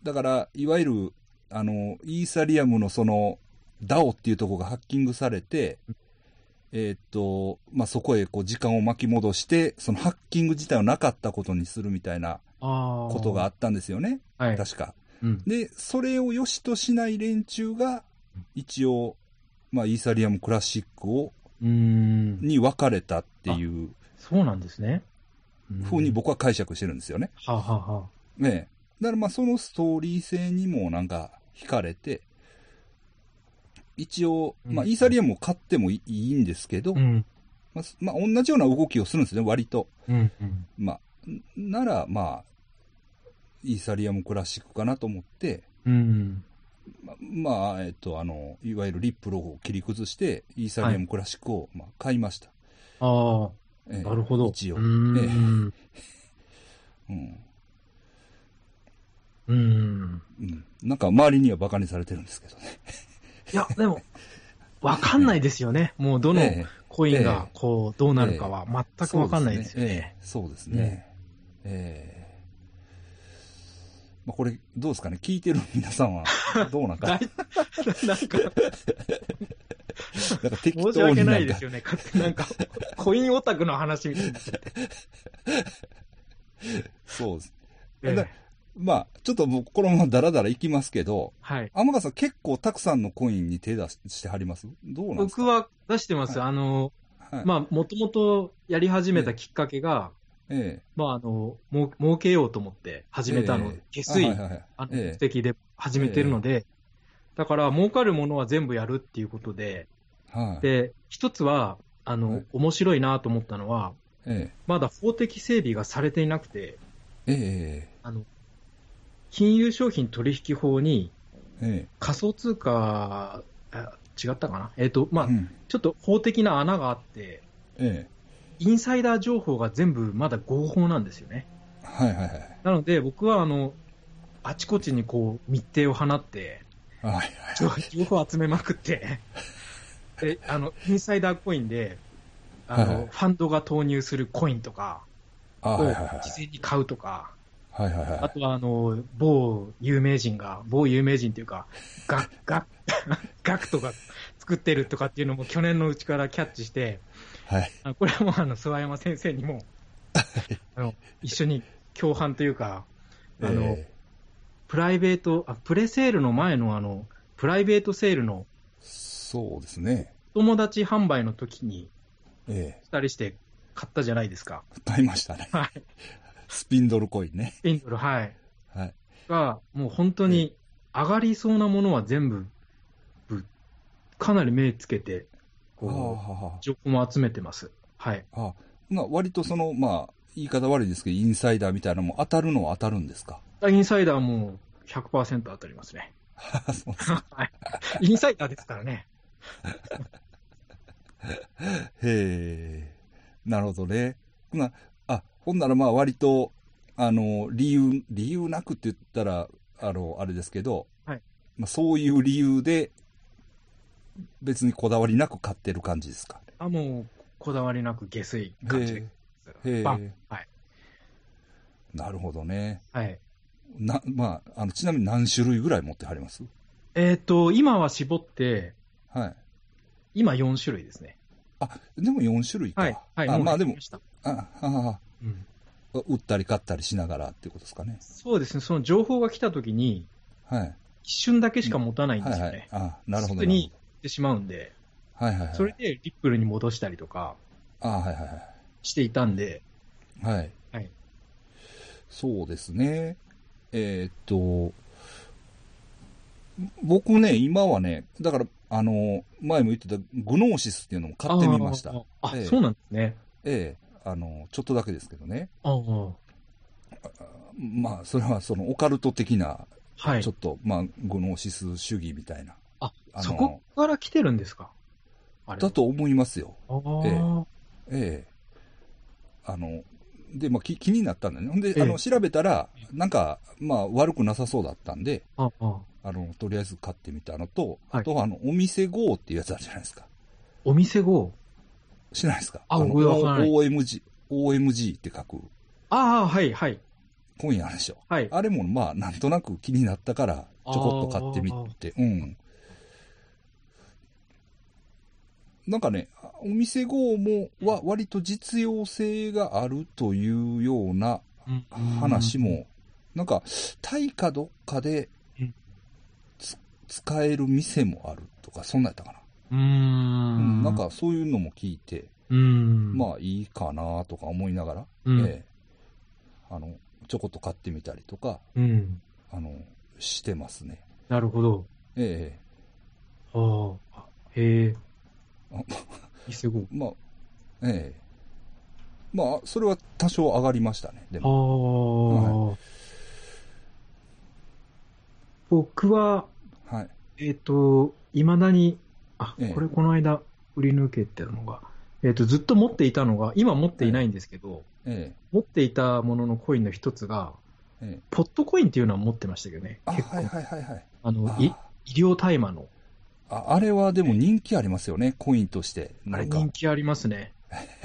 Speaker 1: だから、いわゆる、あの、イーサリアムのその、DAO っていうところがハッキングされて、えーっと、まあ、そこへこう時間を巻き戻して、そのハッキング自体をなかったことにするみたいな
Speaker 2: ああ。
Speaker 1: ことがあったんですよね、
Speaker 2: はい。
Speaker 1: 確か。
Speaker 2: うん、
Speaker 1: で、それを良しとしない連中が、一応、まあ、イーサリアムクラシックを、
Speaker 2: うーん。
Speaker 1: に分かれたっていう
Speaker 2: そうなんですね。うん
Speaker 1: ふうに僕は解釈してるんですよね。
Speaker 2: はあ、はあは
Speaker 1: ねえだからまあそのストーリー性にもなんか惹かれて、一応、
Speaker 2: うん
Speaker 1: まあイーサリアムを買ってもいいいんですけど、
Speaker 2: あ、うん。
Speaker 1: まあ、すまあ同じような動きをするんですね、割と。
Speaker 2: うん。うん。
Speaker 1: まあ、んならまあ、イーサリアムクラシックかなと思って、
Speaker 2: うん。
Speaker 1: まあまあ、えっと、あの、いわゆるリップロを切り崩して、イーサリアムクラシックをまあ買いました。
Speaker 2: あ
Speaker 1: ええ
Speaker 2: あ、なるほど。
Speaker 1: 一応
Speaker 2: う。ーん。
Speaker 1: うん
Speaker 2: うん。
Speaker 1: うん、なんか周りにはバカにされてるんですけどね。
Speaker 2: いや、でも、わかんないですよね。もうどの
Speaker 1: ええ
Speaker 2: コイン
Speaker 1: え
Speaker 2: が
Speaker 1: え
Speaker 2: こうどうなるかは全くわかんないですよね。
Speaker 1: そうですね。ええそうですねええまあ、これ、どうですかね聞いてる皆さ んは、どうなんか、
Speaker 2: なんか、
Speaker 1: なんか適当
Speaker 2: 申
Speaker 1: に
Speaker 2: し訳な
Speaker 1: ないん
Speaker 2: で
Speaker 1: か
Speaker 2: す、よね。勝手になんか、コインオタクの話みたいになっちゃって。
Speaker 1: そうです。
Speaker 2: え
Speaker 1: だ
Speaker 2: え
Speaker 1: まあ、ちょっともうこのままダラダラいきますけど、
Speaker 2: はい。
Speaker 1: 天川さん結構たくさんのコインに手出ししてはりますどうなんですか
Speaker 2: 僕は出してます。あの、
Speaker 1: はい
Speaker 2: まあ、もともとやり始めたきっかけが、
Speaker 1: え
Speaker 2: まあ、あの、もう儲けようと思って始めたの、
Speaker 1: ええ
Speaker 2: 下
Speaker 1: え
Speaker 2: 水、
Speaker 1: あはいはいはい
Speaker 2: あの、
Speaker 1: え
Speaker 2: 目的で始めてるので、だから、儲かるものは全部やるっていうことで、
Speaker 1: えはい
Speaker 2: で、一つは、あの、
Speaker 1: はい
Speaker 2: 面白いなと思ったのは、
Speaker 1: え
Speaker 2: まだ法的整備がされていなくて、
Speaker 1: ええ
Speaker 2: あの、金融商品取引法に
Speaker 1: ええ
Speaker 2: 仮想通貨、あ違ったかなえっ、と、まあ、
Speaker 1: うん
Speaker 2: ちょっと法的な穴があって、
Speaker 1: ええ
Speaker 2: インサイダー情報が全部まだ合法なんですよね。
Speaker 1: はいはいはい。
Speaker 2: なので、僕はあの、あちこちにこう、密偵を放 って、
Speaker 1: はいはい
Speaker 2: 情報を集めま くって、で、あの、インサイダーコインで、あ
Speaker 1: はいは
Speaker 2: の
Speaker 1: い、
Speaker 2: ファンドが投入するコインとか
Speaker 1: あ
Speaker 2: を
Speaker 1: はいはい
Speaker 2: 事
Speaker 1: はい。
Speaker 2: 前に買うとか、
Speaker 1: はいはい
Speaker 2: あ
Speaker 1: は
Speaker 2: とはあの、某有名人が、某有名人というか、ガッ、ガッ、 ガクトが作ってるとかっていうのも去年のうちからキャッチして、
Speaker 1: い。はい。
Speaker 2: あこれはもうあの、諏訪山先生 にも、あの、一緒に共犯というか、あの、
Speaker 1: えー
Speaker 2: プライベート、あ、プレセールの前のあの、プライベートセールの
Speaker 1: そうですね。
Speaker 2: 友達販売の時に
Speaker 1: え
Speaker 2: 二人して買ったじゃないですか。
Speaker 1: え買いましたね。
Speaker 2: はい。
Speaker 1: スピンドルコインね。
Speaker 2: インドル、はい。
Speaker 1: はい。
Speaker 2: が、もう本当に上がりそうなものは全部、ぶかなり目つけて、
Speaker 1: ああ
Speaker 2: こう、
Speaker 1: は
Speaker 2: 情報も集めてます。はい。
Speaker 1: あはあ、まあ割とその、まあ、言い方悪いですけど、インサイダーみたいなのも当たるのは当たるんですか
Speaker 2: インサイダーも100%当たりますね。
Speaker 1: そう
Speaker 2: はい。 インサイダーですからね。
Speaker 1: へえ、なるほどね。まあ、あ、ほんならまあ割と、あの、理由、理由なくって言ったら、あの、あれですけど、
Speaker 2: はい
Speaker 1: まあ、そういう理由で、別にこだわりなく買ってる感じですか。
Speaker 2: あ、もう、こだわりなく下水感じで
Speaker 1: へ。え、へ
Speaker 2: バ
Speaker 1: え
Speaker 2: ン。はい。
Speaker 1: なるほどね。
Speaker 2: はい。
Speaker 1: な、まあ、あの、ちなみに何種類ぐらい持ってはります
Speaker 2: えっ、と、今は絞って、
Speaker 1: はい。
Speaker 2: 今4種類ですね。
Speaker 1: あ、でも4種類か。
Speaker 2: はい。はい。
Speaker 1: あ
Speaker 2: う
Speaker 1: まあでも
Speaker 2: 入り、した
Speaker 1: あ、あ、
Speaker 2: うん
Speaker 1: あ、売ったり買ったりしながらっていうことですかね。
Speaker 2: そうですね。その情報が来た時に、
Speaker 1: はい。
Speaker 2: 一瞬だけしか持たないんで
Speaker 1: は
Speaker 2: す
Speaker 1: い
Speaker 2: よね。
Speaker 1: はい。あ、なるほど。
Speaker 2: すぐに
Speaker 1: なる
Speaker 2: ってしまうんで、
Speaker 1: ほどはいはいはい。
Speaker 2: それでリップルに戻したりとか
Speaker 1: あはいはいはい。
Speaker 2: していたんで、
Speaker 1: はい。
Speaker 2: はい
Speaker 1: そうですね。えーっと、僕ね、今はね、だから、あの、前も言ってたグノーシスっていうのも買ってみました。
Speaker 2: ああ、
Speaker 1: ええ
Speaker 2: そうなんですね。
Speaker 1: ええあの、ちょっとだけですけどね。
Speaker 2: ああ、
Speaker 1: あまあ、それはそのオカルト的な、
Speaker 2: はい
Speaker 1: ちょ。っと、まあ、グノーシス主義みたいな。
Speaker 2: あ
Speaker 1: あの
Speaker 2: そこから来てるんですかあれ
Speaker 1: だと思いますよ。
Speaker 2: ああ、
Speaker 1: ええあの、で、まあ、き気になったんだよね。ほんで、
Speaker 2: ええ
Speaker 1: あの、調べたら
Speaker 2: え、
Speaker 1: なんか、まあ、悪くなさそうだったんで、
Speaker 2: ああ、
Speaker 1: あの、とりあえず買ってみたのと、
Speaker 2: はい
Speaker 1: あとはあの、お店 GO っていうやつあるじゃないですか。
Speaker 2: お店後
Speaker 1: 知らないですか
Speaker 2: あ
Speaker 1: の
Speaker 2: ごめんなさい
Speaker 1: O- ?OMG、OMG って書く
Speaker 2: ああ、はい、はい、
Speaker 1: コインあるでしょ。
Speaker 2: はい。
Speaker 1: あれもまあ、なんとなく気になったから、ちょこっと買ってみて、うん。なんかね、お店 GO も、は、割と実用性があるというような
Speaker 2: うん
Speaker 1: 話。も、なんか、タイかどっかで
Speaker 2: うん
Speaker 1: つ、使える店もあるとか、そんなんやったかな。
Speaker 2: うー。
Speaker 1: うんん、なん、かそういうのも聞いて、
Speaker 2: うん。あ、
Speaker 1: まあいいかなとか思いながら、
Speaker 2: うん。
Speaker 1: ええあのちょこっと買ってみたりとか
Speaker 2: うん。
Speaker 1: あのしてますね。
Speaker 2: なるほど。
Speaker 1: え
Speaker 2: ああ、へ え。
Speaker 1: えあ
Speaker 2: お店後。
Speaker 1: まあ、ええまあ、それは多少上がりましたね、で
Speaker 2: あ
Speaker 1: も。
Speaker 2: あ、僕は、
Speaker 1: はい、
Speaker 2: えっ、と、いまだに、あ
Speaker 1: ええ、
Speaker 2: これこの間売り抜けてるのが、えっ、と、ずっと持っていたのが、今持っていないんですけど、
Speaker 1: ええ
Speaker 2: 持っていたもののコインの一つが、
Speaker 1: ええ
Speaker 2: ポットコインっていうのは持ってましたけどね、
Speaker 1: あ
Speaker 2: 結構、
Speaker 1: はいはいはいはい
Speaker 2: あのい
Speaker 1: あ
Speaker 2: 医療大麻の、
Speaker 1: あ。あれはでも人気ありますよね、コインとして。
Speaker 2: あ
Speaker 1: な
Speaker 2: れ
Speaker 1: んか
Speaker 2: 人気ありますね。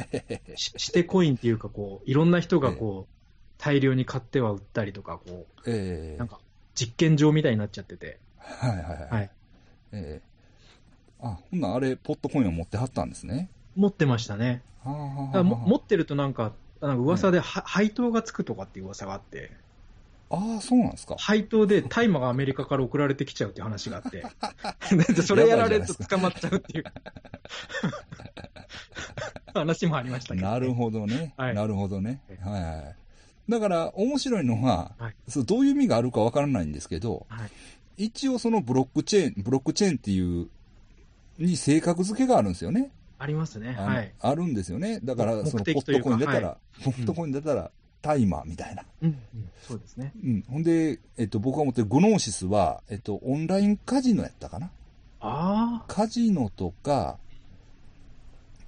Speaker 2: ししてコインっていうか、こう、いろんな人がこう、大量に買っては売ったりとか、こ
Speaker 1: ええ
Speaker 2: う、なんか、実験場みたいになっちゃってて、
Speaker 1: はいはいはい。
Speaker 2: はい
Speaker 1: ええあ、ほんならあれ、ポットコインを持ってはったんですね。
Speaker 2: 持ってましたね。
Speaker 1: あ
Speaker 2: だ
Speaker 1: あ
Speaker 2: からも持ってるとなんか、なんか噂では、配当がつくとかっていう噂があって、
Speaker 1: ああ、そうなんですか。
Speaker 2: 配当で大麻がアメリカから送られてきちゃうっていう話 があって、だってそれやられると捕まっちゃうっていう話もありましたけど、
Speaker 1: なるほどね。
Speaker 2: はい
Speaker 1: なるほどね
Speaker 2: え。え
Speaker 1: はいはい。だから、面白いのは、
Speaker 2: はい
Speaker 1: そうどういう意味があるかわからないんですけど、
Speaker 2: はい
Speaker 1: 一応そのブロックチェーン、ブロックチェーンっていう、に性格付けがあるんですよね。
Speaker 2: ありますね、
Speaker 1: あの
Speaker 2: はい。
Speaker 1: あるんですよね。だから、
Speaker 2: 目
Speaker 1: そのポ
Speaker 2: 的
Speaker 1: ットコイン
Speaker 2: と
Speaker 1: だ
Speaker 2: いう
Speaker 1: った
Speaker 2: か
Speaker 1: ら、ポットコインだったら、タイマーみたいな。
Speaker 2: うんうんそうですね。
Speaker 1: うん。ほんで、えっと、僕が持ってるグノーシスは、えっと、オンラインカジノやったかな。
Speaker 2: ああ、
Speaker 1: カジノとか、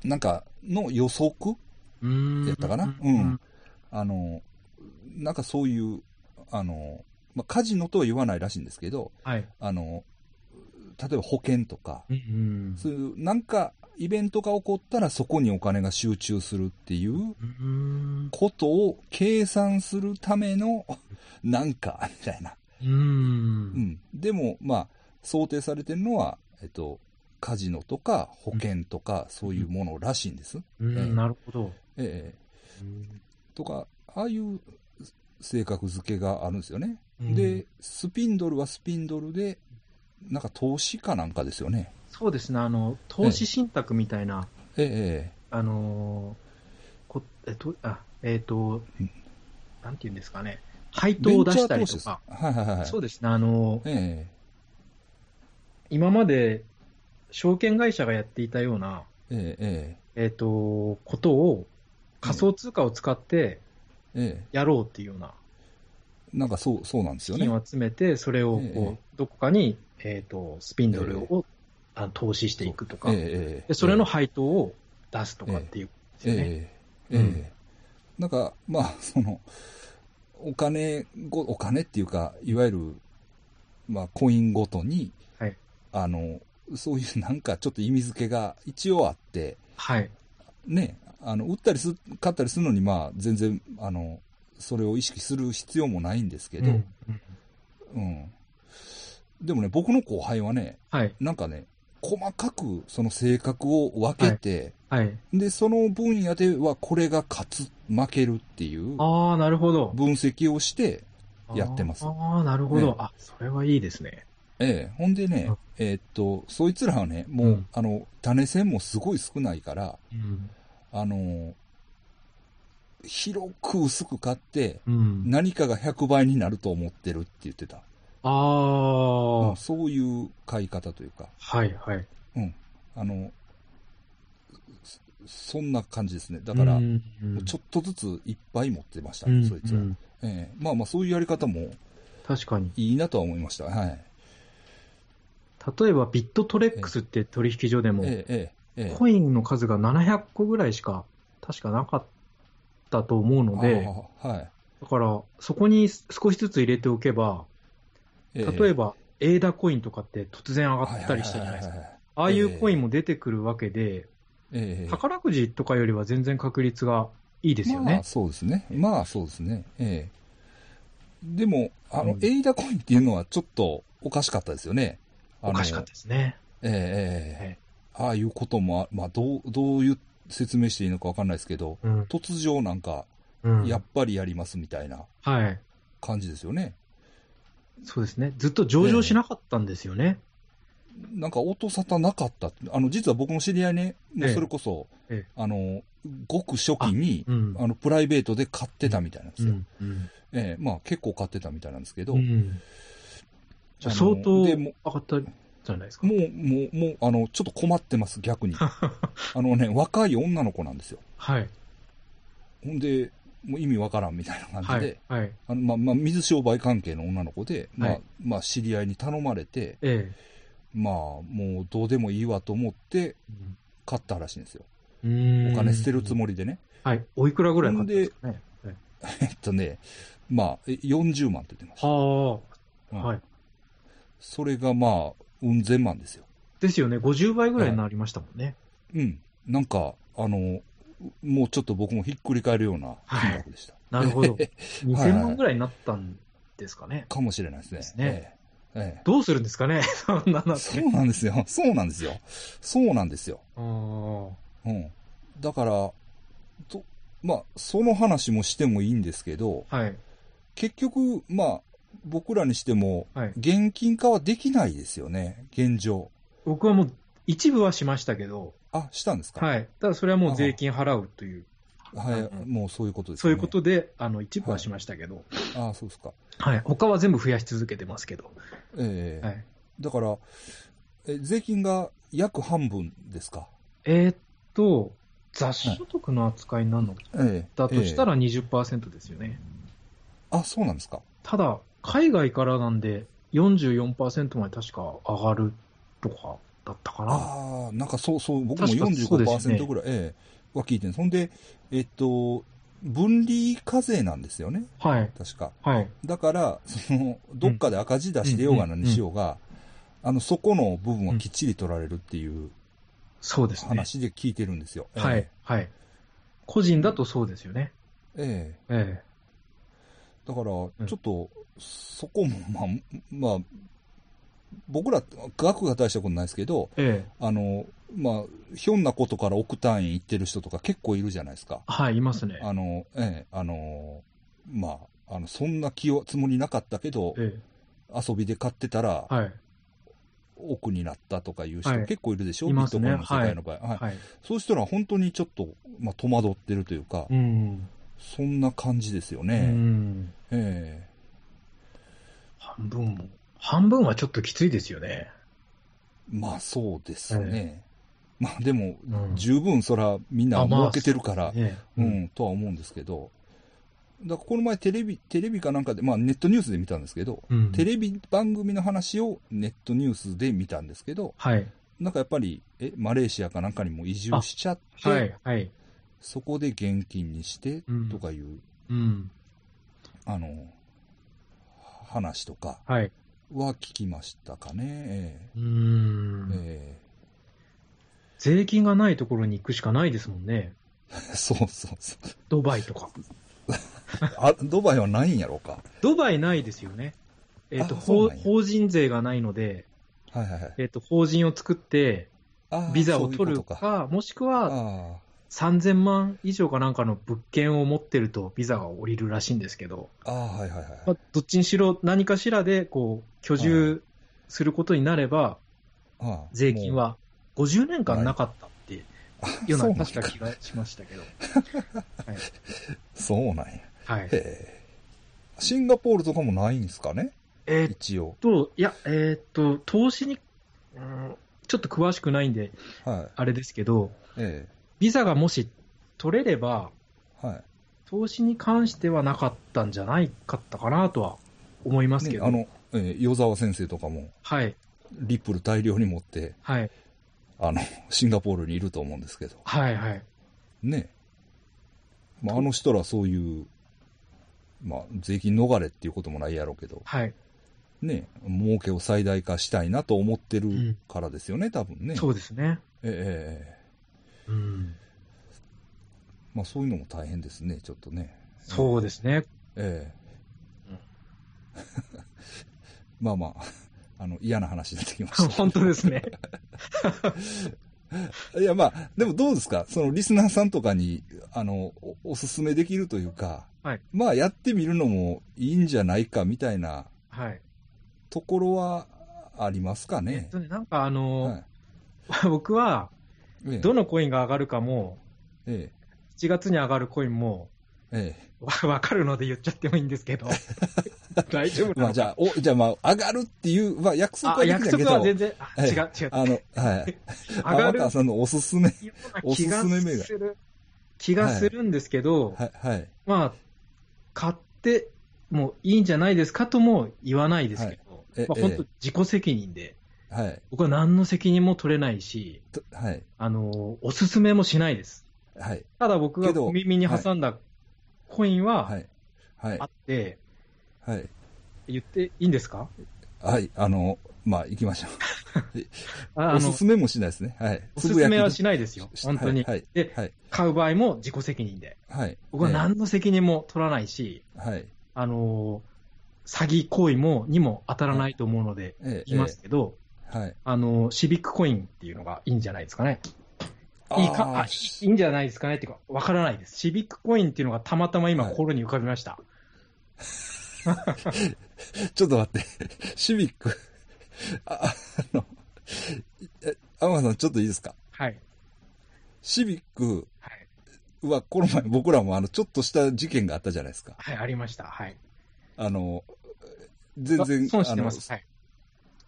Speaker 1: なんか、の予測
Speaker 2: うーん。
Speaker 1: やったかなうんあの、なんかそういう、あの、まあ、カジノとは言わないらしいんですけど、
Speaker 2: はい。
Speaker 1: あの、例えば保険とか、
Speaker 2: うんうん
Speaker 1: そういう、なんかイベントが起こったらそこにお金が集中するっていう
Speaker 2: うん。
Speaker 1: ことを計算するための、 なんか、みたいな。
Speaker 2: う。
Speaker 1: うんん。でも、まあ、想定されてるのは、えっと、カジノとか保険とか、そういうものらしいんです。
Speaker 2: うん。なるほど。
Speaker 1: ええとか、ああいう性格付けがあるんですよね。
Speaker 2: うん
Speaker 1: で、スピンドルはスピンドルで、なんか投資かなんかですよね。
Speaker 2: そうですね、あの、投資信託みたいな、
Speaker 1: え
Speaker 2: あのーこ、えっと、あ、えっと
Speaker 1: うん、
Speaker 2: なんていうんですかね、配
Speaker 1: えええ。
Speaker 2: 当を出したりと
Speaker 1: です。は
Speaker 2: か、
Speaker 1: いはいはいはい。
Speaker 2: そうですね、あのー、
Speaker 1: え
Speaker 2: 今まで証券会社がやっていたような、
Speaker 1: えええ
Speaker 2: えっと、ことを仮想通貨を使って
Speaker 1: えええ
Speaker 2: やろうっていうような
Speaker 1: なんかそう、そうなんです
Speaker 2: 資
Speaker 1: よね
Speaker 2: 金。を集めて、それを
Speaker 1: え
Speaker 2: こ
Speaker 1: え
Speaker 2: うどこかに、えっと、スピンドル
Speaker 1: え
Speaker 2: をあの投資していくとか
Speaker 1: ええ、ええ
Speaker 2: でそれの配当を出すとかっていうことですよね。
Speaker 1: ええええ
Speaker 2: うん
Speaker 1: ええなんか、まあ、その、お金ご、お金っていうか、いわゆる、まあ、コインごとに、
Speaker 2: はい
Speaker 1: あの、そういうなんかちょっと意味付けが一応あって、
Speaker 2: はい。
Speaker 1: ね、あの、打ったりす、勝ったりするのに、まあ、全然、あの、それを意識する必要もないんですけど、
Speaker 2: う
Speaker 1: うんん。でもね、僕の後輩はね、
Speaker 2: はい。
Speaker 1: なんかね、細かくその性格を分けて、
Speaker 2: はい。
Speaker 1: で、その分野ではこれが勝つ、負けるっていう
Speaker 2: ああ、なるほど。
Speaker 1: 分析をして、やってます
Speaker 2: ああ、なるほ
Speaker 1: ええ
Speaker 2: ど。あ、それはいいですね。
Speaker 1: ええ、ほんでね、えーっと、そいつらはね、もう、
Speaker 2: うん
Speaker 1: あの、種銭もすごい少ないから、
Speaker 2: うん。
Speaker 1: あの、広く薄く買って、
Speaker 2: うん、
Speaker 1: 何かが100倍になると思ってるって言ってた。
Speaker 2: あ
Speaker 1: う
Speaker 2: あ、
Speaker 1: んそういう買い方というか、
Speaker 2: はいはい。
Speaker 1: あの、そそんな感じですね。だから、
Speaker 2: うん、
Speaker 1: もうちょ
Speaker 2: っ
Speaker 1: っとずついっぱい持ってました、
Speaker 2: うん、
Speaker 1: そいつは。
Speaker 2: うん
Speaker 1: ええまあまあ、そういうやり方も
Speaker 2: 確かに。
Speaker 1: いいなとは思いました。はい。
Speaker 2: 例えば、ビットトレックスって取引所でも、
Speaker 1: ええ、ええ、ええ。
Speaker 2: コインの数が700個ぐらいしか、確かなかったと思うので、
Speaker 1: ああはい。
Speaker 2: だから、そこに少しずつ入れておけば、
Speaker 1: え
Speaker 2: 例え
Speaker 1: ば、
Speaker 2: ば、エーダコインとかって突然上がったりしたじゃないですか。
Speaker 1: か。
Speaker 2: ああいうコインも出てくるわけで、
Speaker 1: ええ。
Speaker 2: 宝くじとかよりは全然確率がいいですよね。
Speaker 1: まあ、そうですね。まあ、そうですね。ええ。でも、あの
Speaker 2: う、ん
Speaker 1: エイダコインっていうのはちょっとおかしかったですよね。あの
Speaker 2: おかしかったですね。
Speaker 1: ええええ
Speaker 2: はい
Speaker 1: ああいうこともあ、まあ、どう、どういう説明していいのかわかんないですけど、
Speaker 2: うん。
Speaker 1: 突如なんか、
Speaker 2: うん
Speaker 1: やっぱりやりますみたいな
Speaker 2: はい。
Speaker 1: 感じですよね。
Speaker 2: そうですね。ずっと上場しなかったんですよね。
Speaker 1: なんか音沙汰なかった。あの、実は僕の知り合いね、もう
Speaker 2: ええ
Speaker 1: それこそ、
Speaker 2: ええ
Speaker 1: あの、ごく初期に、
Speaker 2: うん
Speaker 1: あの、プライベートで買ってたみたいなんですよ。
Speaker 2: うんうん
Speaker 1: ええまあ結構買ってたみたいなんですけど、
Speaker 2: うんじ
Speaker 1: あ
Speaker 2: ゃあ
Speaker 1: の
Speaker 2: 相当
Speaker 1: で
Speaker 2: 上
Speaker 1: も
Speaker 2: がったんじゃないですか。
Speaker 1: もう、もう、もう、あの、ちょっと困ってます、逆 に。あのね、若い女の子なんですよ。
Speaker 2: はい。
Speaker 1: ほんで、もう意味わからんみたいな感
Speaker 2: は
Speaker 1: じで、
Speaker 2: い。はい。
Speaker 1: あのまあ、まあ、水商売関係の女の子で、まあ、
Speaker 2: はい
Speaker 1: まあ、知り合いに頼まれて、
Speaker 2: え
Speaker 1: まあ、もうどうでもいいわと思って
Speaker 2: え。
Speaker 1: 買ったらしいんですよ。
Speaker 2: お
Speaker 1: お金捨てるつ
Speaker 2: り。
Speaker 1: もりでね。
Speaker 2: はい。おいくらぐらい買ったんですかね。
Speaker 1: えっとね、まあ、え40万って言ってました。
Speaker 2: はあ。
Speaker 1: うん
Speaker 2: はい。
Speaker 1: それがまあ、うん、千万ですよ。
Speaker 2: ですよね。50倍ぐらいになりましたもんね。
Speaker 1: うん。なんか、あの、もうちょっと僕もひっくり返るような金額でした。
Speaker 2: なるほど。
Speaker 1: はい
Speaker 2: 2000万ぐらいになったんですかね。
Speaker 1: かもしれないですね。
Speaker 2: ですね
Speaker 1: ええええ
Speaker 2: どうするんですかね。 そんなのって
Speaker 1: そうなんですよ。そうなんですよ。そうなんですよ。
Speaker 2: あー
Speaker 1: うん。だから、とまあ、その話もしてもいいんですけど、
Speaker 2: はい。
Speaker 1: 結局、まあ、僕らにしても、
Speaker 2: はい。
Speaker 1: 現金化はできないですよね、現状。
Speaker 2: 僕はもう一部はしましたけど、
Speaker 1: あ、したんですか
Speaker 2: はい。ただそれはもう税金払うという、
Speaker 1: はい。
Speaker 2: うん
Speaker 1: もうそういうことです
Speaker 2: そう
Speaker 1: ね。
Speaker 2: いうことで、あの、一部はしましたけど、
Speaker 1: ああ、そうですか。
Speaker 2: はい。他は全部増やし続けてますけど、
Speaker 1: ええ
Speaker 2: はい。
Speaker 1: だから、え税金が約半分ですか。
Speaker 2: えーっと、雑所得の扱いになるの
Speaker 1: ええ
Speaker 2: だとした
Speaker 1: え
Speaker 2: ら20%ですよね。
Speaker 1: えあ、そうなんですか。
Speaker 2: ただ、海外からなんで44%まで確か上がるとかだったかな。
Speaker 1: ああ、なんかそうそう、僕も
Speaker 2: 確かそうですよね
Speaker 1: 45%ぐらい、ええは聞いてるんです。ほんで、えっと、分離課税なんですよね、
Speaker 2: はい。
Speaker 1: 確か。
Speaker 2: はい。
Speaker 1: だから、その、どっかで赤字出してようが何しようが、あの、そこの部分はきっちり取られるっていう
Speaker 2: そうですね。
Speaker 1: 話で聞いてるんですよ。
Speaker 2: は
Speaker 1: え
Speaker 2: い。はい。個人だとそうですよね。
Speaker 1: え。ええ
Speaker 2: え
Speaker 1: だから、ちょっと、そこも、まあ、まあ、僕ら、額が大したことないですけど、
Speaker 2: え。ええ。
Speaker 1: あの、まあ、ひょんなことから億単位行ってる人とか結構いるじゃないですか。
Speaker 2: はい、いますね。
Speaker 1: あの、ええ、あの、まあ、あの、そんな気を、つもりなかったけど、
Speaker 2: え
Speaker 1: 遊びで買ってたら
Speaker 2: え。、はい。
Speaker 1: 億になったとかいう人
Speaker 2: はい
Speaker 1: 結構いるでしょ、
Speaker 2: い
Speaker 1: ビ
Speaker 2: ま
Speaker 1: ッ
Speaker 2: す
Speaker 1: トコ
Speaker 2: ね
Speaker 1: インの世界の場合。はい
Speaker 2: はい。
Speaker 1: そうしたら本当にちょっと、まあ、戸惑ってるというか、
Speaker 2: うん。
Speaker 1: そんな感じですよ
Speaker 2: う
Speaker 1: ね。
Speaker 2: ん。
Speaker 1: え
Speaker 2: 半分も。半分はちょっときついですよね。
Speaker 1: えまあそうですね。まあでも、
Speaker 2: うん
Speaker 1: 十分そらみんな
Speaker 2: あまあ
Speaker 1: 儲けてるから、
Speaker 2: ええ。
Speaker 1: う。ん、とは思うんですけど、だからこの前テレビ、テレビかなんかで、まあネットニュースで見たんですけど、
Speaker 2: うん。
Speaker 1: テレビ番組の話をネットニュースで見たんですけど、
Speaker 2: はい。
Speaker 1: なんかやっぱり、え、マレーシアかなんかにも移住しちゃって、
Speaker 2: はい。はい。
Speaker 1: そこで現金にしてとかいう、
Speaker 2: うん。
Speaker 1: あの、話とか
Speaker 2: はい。
Speaker 1: は聞きましたかね。え
Speaker 2: うん。
Speaker 1: ええ
Speaker 2: 税金がないところに行くしかないですもんね。
Speaker 1: え そうそうそう。
Speaker 2: ドバイとか。
Speaker 1: あ、ドバイはないんやろうか。
Speaker 2: ドバイないですよね。えっ、と、
Speaker 1: あそう
Speaker 2: 法
Speaker 1: なんや
Speaker 2: 法人税がないので、
Speaker 1: はいはいはい
Speaker 2: えっ、と、法人を作って、
Speaker 1: あー。
Speaker 2: ビザを取
Speaker 1: そういう
Speaker 2: る
Speaker 1: こと
Speaker 2: か、
Speaker 1: か。
Speaker 2: もしく
Speaker 1: あ
Speaker 2: は
Speaker 1: あ
Speaker 2: 3000万以上かなんかの物件を持ってるとビザが下りるらしいんですけど、
Speaker 1: ー。あーはいはいはい。
Speaker 2: まあ、どっちにしろ何かしらでこう居住することになれば、
Speaker 1: あー
Speaker 2: 税金。は50年間なかったっていうよう
Speaker 1: そう
Speaker 2: な
Speaker 1: なん
Speaker 2: 確か気がしましたけど。はい。
Speaker 1: そうなんや。
Speaker 2: はい
Speaker 1: へ、え。シンガポールとかもないんですかね
Speaker 2: えーっ
Speaker 1: 一応。
Speaker 2: と、いや、えーっと、投資に、うんちょっと詳しくないんで、
Speaker 1: はい。
Speaker 2: あれですけど、
Speaker 1: え
Speaker 2: ビザがもし取れれば、
Speaker 1: え。はい。
Speaker 2: 投資に関してはなかったんじゃないかったかなとは思いますけ
Speaker 1: ね
Speaker 2: ど、
Speaker 1: あの、ええ、与沢先生とかも、
Speaker 2: はい、
Speaker 1: リップル大量に持って、
Speaker 2: はい、
Speaker 1: あの、シンガポールにいると思うんですけど。
Speaker 2: はい、はい。
Speaker 1: ねえ、まあ、あの人らそういう、まあ、税金逃れっていうこともないやろうけど、
Speaker 2: はい、
Speaker 1: ねえ、儲けを最大化したいなと思ってるからですよね、多分ね。
Speaker 2: そうですね。
Speaker 1: ええええ
Speaker 2: うん、
Speaker 1: まあ、そういうのも大変ですね、ちょっとね。
Speaker 2: そうですね。
Speaker 1: ええ まあまあ、あの、嫌な話になってきました。
Speaker 2: 本当ですね。
Speaker 1: いや、まあ、でもどうですかそのリスナーさんとかに、あの、おおすすめできるというか、
Speaker 2: はい
Speaker 1: まあ、やってみるのもいいんじゃないかみたいな
Speaker 2: はい。
Speaker 1: ところはありますか
Speaker 2: え
Speaker 1: ね
Speaker 2: っ。とね、なんかあ
Speaker 1: は
Speaker 2: の
Speaker 1: い
Speaker 2: ー僕は、
Speaker 1: ええ
Speaker 2: どのコインが上がるかも、
Speaker 1: え
Speaker 2: 7月に上がるコインも、
Speaker 1: えええ
Speaker 2: わわかるので言っちゃってもいいんで すけど、大丈夫な
Speaker 1: まあ、
Speaker 2: の
Speaker 1: じ
Speaker 2: か
Speaker 1: ゃあ、おじゃあまあ、上がるっていう、まあ、約束は
Speaker 2: あ
Speaker 1: できない
Speaker 2: 約
Speaker 1: けど、
Speaker 2: 束は全然、あ
Speaker 1: ええ
Speaker 2: 違う、違う。
Speaker 1: あの、はい。
Speaker 2: 上が
Speaker 1: 天
Speaker 2: る
Speaker 1: 川さんのおすすめ。
Speaker 2: ような気が
Speaker 1: おすすめ銘柄
Speaker 2: する。気がするんですけど、
Speaker 1: はい、はい。
Speaker 2: まあ、買ってもいいんじゃないですかとも言わないですけど、
Speaker 1: え
Speaker 2: まあ、
Speaker 1: え
Speaker 2: 本当、自己責任で、
Speaker 1: はい。
Speaker 2: 僕は何の責任も取れないし、
Speaker 1: とはい。
Speaker 2: あのおすすめもしないです。
Speaker 1: はい。
Speaker 2: ただ僕が
Speaker 1: けど
Speaker 2: 小耳に挟んだコイン
Speaker 1: は。
Speaker 2: はい
Speaker 1: はい
Speaker 2: あ。って、
Speaker 1: はい。
Speaker 2: 言っていいんですか
Speaker 1: はい。あの、まあ、行きましょう。
Speaker 2: あ
Speaker 1: お
Speaker 2: あ
Speaker 1: す
Speaker 2: の
Speaker 1: すめもしないですね。はい。
Speaker 2: おすすめは
Speaker 1: つ
Speaker 2: しないですよ、
Speaker 1: ぶや
Speaker 2: 本
Speaker 1: き
Speaker 2: 当に。
Speaker 1: はい。
Speaker 2: で、
Speaker 1: はい。
Speaker 2: 買う場合も自己責任で。
Speaker 1: はい。
Speaker 2: 僕は
Speaker 1: ええ
Speaker 2: 何の責任も取らないし、
Speaker 1: はい。
Speaker 2: あの詐欺行為もにも当たらないと思うので、
Speaker 1: ええ
Speaker 2: 言いますけど、
Speaker 1: ええはい。
Speaker 2: あの、シビックコインっていうのがいいんじゃないですかね。いい
Speaker 1: あ
Speaker 2: か
Speaker 1: ー
Speaker 2: あいいんじゃないですかねっていうか、わからないです。シビックコインっていうのがたまたま今
Speaker 1: はい
Speaker 2: 心に浮かびました。
Speaker 1: ちょっと待って。 シビック。あ、あの、え、天川さん、ちょっといいですか
Speaker 2: はい。
Speaker 1: シビック
Speaker 2: はい。
Speaker 1: は、この前僕らもあの、ちょっとした事件があったじゃないですか。
Speaker 2: はい、ありました。はい。
Speaker 1: あの、全然、
Speaker 2: 損してま
Speaker 1: の、
Speaker 2: す。はい。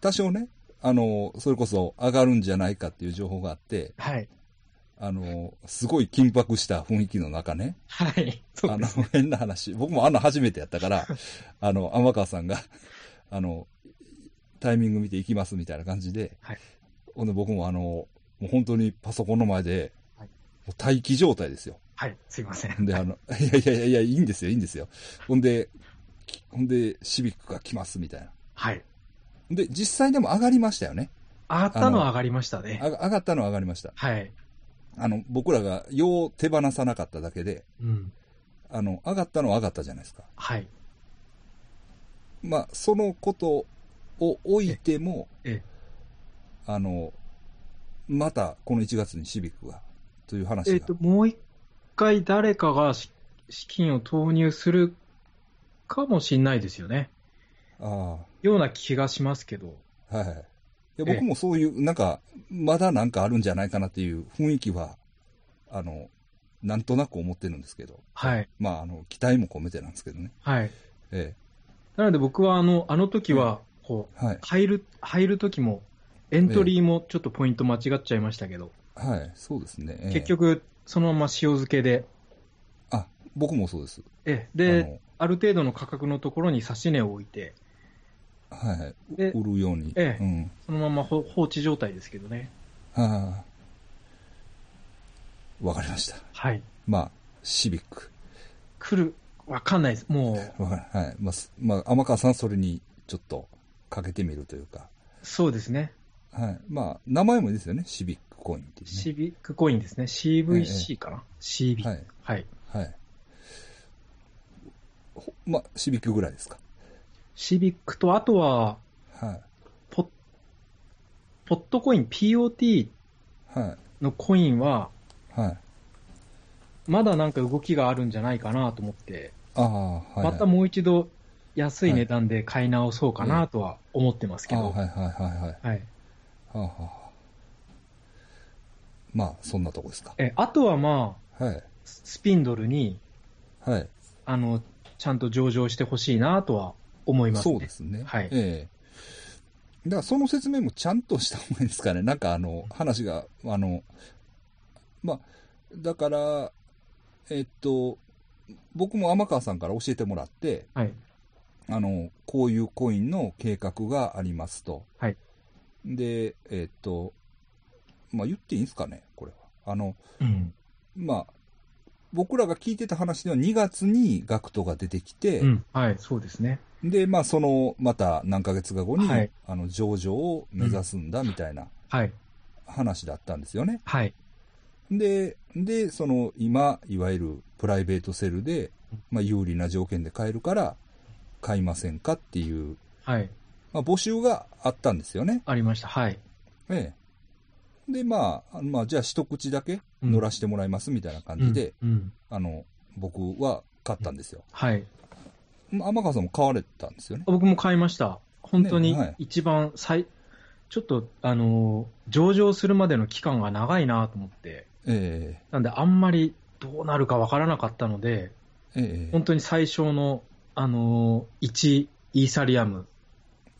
Speaker 1: 多少ね、あの、それこそ上がるんじゃないかっていう情報があって、
Speaker 2: はい。
Speaker 1: あの、すごい緊迫した雰囲気の中ね、
Speaker 2: はい。そ
Speaker 1: あ
Speaker 2: う
Speaker 1: の
Speaker 2: です。、
Speaker 1: 変な話、僕もあんな初めてやった から、あの、天川さんが、あの、タイミング見ていきますみたいな感じで、
Speaker 2: はい
Speaker 1: ほんで僕もあの、もう本当にパソコンの前で、
Speaker 2: はい
Speaker 1: もう待機状態ですよ。
Speaker 2: はい、すいません。
Speaker 1: で、あの、いやいやいやいや、いいんですよ、いいんですよ。ほんで、きほんで、シビックが来ますみたいな。
Speaker 2: はい。
Speaker 1: で、実際でも上がりましたよね。
Speaker 2: 上がったのは上がりましたね
Speaker 1: あ。が上がったのは上がりました。
Speaker 2: はい。
Speaker 1: あの、僕らがよう手放さなかっただけで、
Speaker 2: うん。
Speaker 1: あの、上がったのは上がったじゃないですか。
Speaker 2: はい。
Speaker 1: まあ、そのことを置いても
Speaker 2: ええ、
Speaker 1: あの、またこの1月にシビックが、という話が。
Speaker 2: えっ、と、もう一回誰かがし資金を投入するかもしれないですよね。
Speaker 1: あ
Speaker 2: ような気がしますけど。
Speaker 1: あ、はいはい。いや
Speaker 2: ええ
Speaker 1: 僕もそういう、なんか、まだなんかあるんじゃないかなっていう雰囲気は、あの、なんとなく思ってるんですけど、
Speaker 2: はい。
Speaker 1: まあ、あの、期待も込めてなんですけどね。
Speaker 2: はい。
Speaker 1: え
Speaker 2: なので僕はあの、あの時は、こう、
Speaker 1: え、はい。
Speaker 2: 入る、入る時も、エントリーもちょっとポイント間違っちゃいましたけど、
Speaker 1: はい、そうですね。ええ
Speaker 2: 結、局、そのまま塩漬けで、
Speaker 1: あ、僕もそうです。あ
Speaker 2: ええで、
Speaker 1: の
Speaker 2: ある程度の価格のところに指し値を置いて、
Speaker 1: はいはい。
Speaker 2: で、
Speaker 1: 売るように。
Speaker 2: ええ
Speaker 1: うん。
Speaker 2: そのままほ放置状態ですけどね。
Speaker 1: はあ。わかりました。
Speaker 2: はい。
Speaker 1: まあ、シビック。
Speaker 2: 来る、わかんないです。もう、
Speaker 1: わかるはい。まあ、すまあ、天川さん、それにちょっとかけてみるというか。
Speaker 2: そうですね。
Speaker 1: はい。まあ、名前もいいですよね。シビックコインっていう
Speaker 2: シビックコインですね。CVC かな、?CV。
Speaker 1: ね。は
Speaker 2: はい。
Speaker 1: い。はい。ほまあ、シビックぐらいですか。
Speaker 2: シビックと、あとは、
Speaker 1: は
Speaker 2: ポッ、ポットコイン、POT
Speaker 1: い。は
Speaker 2: のコインは、
Speaker 1: い。はい。
Speaker 2: まだなんか動きがあるんじゃないかなと思って、
Speaker 1: ああ、はい、はい。
Speaker 2: またもう一度安い値段で買い直そうかなとは思ってますけ
Speaker 1: ああ、
Speaker 2: ど、
Speaker 1: はいはいはいはい。は
Speaker 2: はい
Speaker 1: あ、はあ、まあ、そんなとこですか。
Speaker 2: えあとはまあ、
Speaker 1: はい。
Speaker 2: ススピンドルに
Speaker 1: はい。
Speaker 2: あのちゃんと上場してほしいなとは思います、ね、
Speaker 1: そうですね。
Speaker 2: はい
Speaker 1: ええだからその説明もちゃんとした方がいいですかね。なんかあの、話が、あの、まあ、だから、えっと、僕も天川さんから教えてもらって、
Speaker 2: はい、
Speaker 1: あの、こういうコインの計画がありますと。
Speaker 2: はい
Speaker 1: で、えっと、まあ言っていいんですかね、これは。あの、
Speaker 2: うん
Speaker 1: まあ、僕らが聞いてた話では2月にガクトが出てきて、
Speaker 2: うんはい、そうですね、
Speaker 1: で、まあ、その、また何ヶ月か後に、
Speaker 2: はい
Speaker 1: あの、上場を目指すんだ、みたいな
Speaker 2: はい、
Speaker 1: 話だったんですよね。
Speaker 2: はい、
Speaker 1: で、で、その、今、いわゆるプライベートセルで
Speaker 2: うん、
Speaker 1: まあ、有利な条件で買えるから、買いませんかっていう、
Speaker 2: はい、
Speaker 1: まあ、募集があったんですよね。
Speaker 2: ありました、はい、
Speaker 1: ええ。で、まあ、あのまあ、じゃあ一口だけ乗らせてもらいます、みたいな感じで、
Speaker 2: うん、うん
Speaker 1: あの、僕は買ったんですよ。
Speaker 2: はい、
Speaker 1: まあ天川さんも買われたんですよね。
Speaker 2: 僕も買いました、本当に
Speaker 1: ねはい
Speaker 2: 一番最、ちょっと、あのー上場するまでの期間が長いなと思って。
Speaker 1: え
Speaker 2: なんで、あんまりどうなるかわからなかったので、
Speaker 1: ええ
Speaker 2: 本当に最小の、あのー1イーサリアム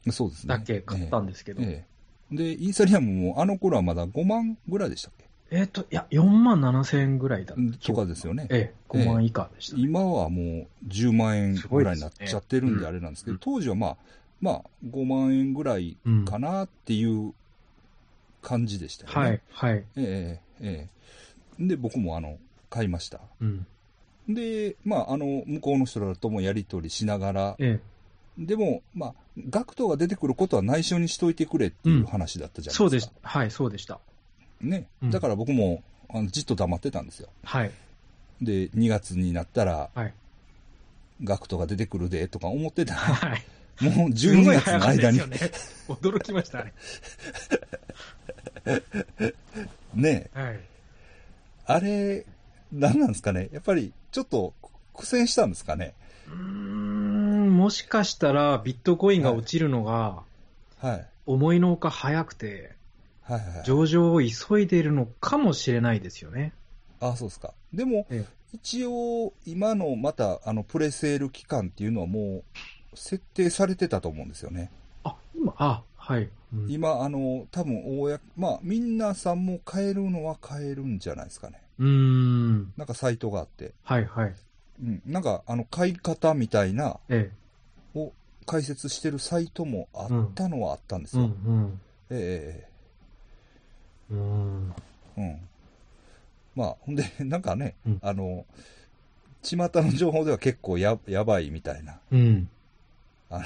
Speaker 1: えそうですね。
Speaker 2: だけ買ったんですけど、えっ、
Speaker 1: ええ、で、イーサリアムもあの頃はまだ5万ぐらいでしたっけ
Speaker 2: と、いや、4万7千円ぐらいだ
Speaker 1: うんとかですよね。
Speaker 2: ええ、5万以下でした、
Speaker 1: 今はもう10万円ぐらいになっちゃってるん
Speaker 2: すごいです
Speaker 1: で
Speaker 2: ね
Speaker 1: あれなんですけど、
Speaker 2: うん
Speaker 1: 当時はまあ、まあ、5万円ぐらい
Speaker 2: うん
Speaker 1: かなっていう感じでしたよね。
Speaker 2: はい、はい、
Speaker 1: ええええで、僕もあの、買いました。
Speaker 2: うん、
Speaker 1: で、まあ、あの、向こうの人らともやり取りしながら、
Speaker 2: え
Speaker 1: でも、まあ、ガクトが出てくることは内緒にしといてくれっていう話だった
Speaker 2: え、
Speaker 1: じゃないですか。
Speaker 2: そうでした、はい、そうでした、
Speaker 1: ね、
Speaker 2: うん
Speaker 1: だから僕もあのじっと黙ってたんですよ。
Speaker 2: はい、
Speaker 1: で、2月になったら、
Speaker 2: はい、
Speaker 1: ガクトが出てくるでとか思ってたら、
Speaker 2: はい、
Speaker 1: もう
Speaker 2: す
Speaker 1: 12
Speaker 2: ごい
Speaker 1: 月の
Speaker 2: 早かった
Speaker 1: 間
Speaker 2: です
Speaker 1: に
Speaker 2: よ、ね、驚きました、あれ、
Speaker 1: ね、
Speaker 2: はい、
Speaker 1: あれ、なんなんですかね、やっぱりちょっと苦戦したんですかね。
Speaker 2: うーん、もしかしたらビットコインが落ちるのが
Speaker 1: はい。
Speaker 2: 思いのほか早くて、
Speaker 1: はいはいはい。
Speaker 2: 上場を急いでいるのかもしれないですよね。
Speaker 1: あ、そうですか。でも、
Speaker 2: ええ
Speaker 1: 一応、今のまた、あの、プレセール期間っていうのはもう、設定されてたと思うんですよね。
Speaker 2: あ、今、あ、はい。うん、
Speaker 1: 今、あの、多分、公、まあ、みんなさんも買えるのは買えるんじゃないですかね。
Speaker 2: うーん。
Speaker 1: なんかサイトがあって。
Speaker 2: はいはい。
Speaker 1: うん、なんかあの買い方みたいな
Speaker 2: え
Speaker 1: 解説してるサイトもあったのはあったんで
Speaker 2: え。
Speaker 1: す
Speaker 2: う
Speaker 1: よ。
Speaker 2: ん
Speaker 1: ええ
Speaker 2: うん。うーん。
Speaker 1: ええうん。まあ、ほんで、 なんかね、
Speaker 2: うん
Speaker 1: あの、巷の情報では結構ややばいみたいな。
Speaker 2: うん。
Speaker 1: あの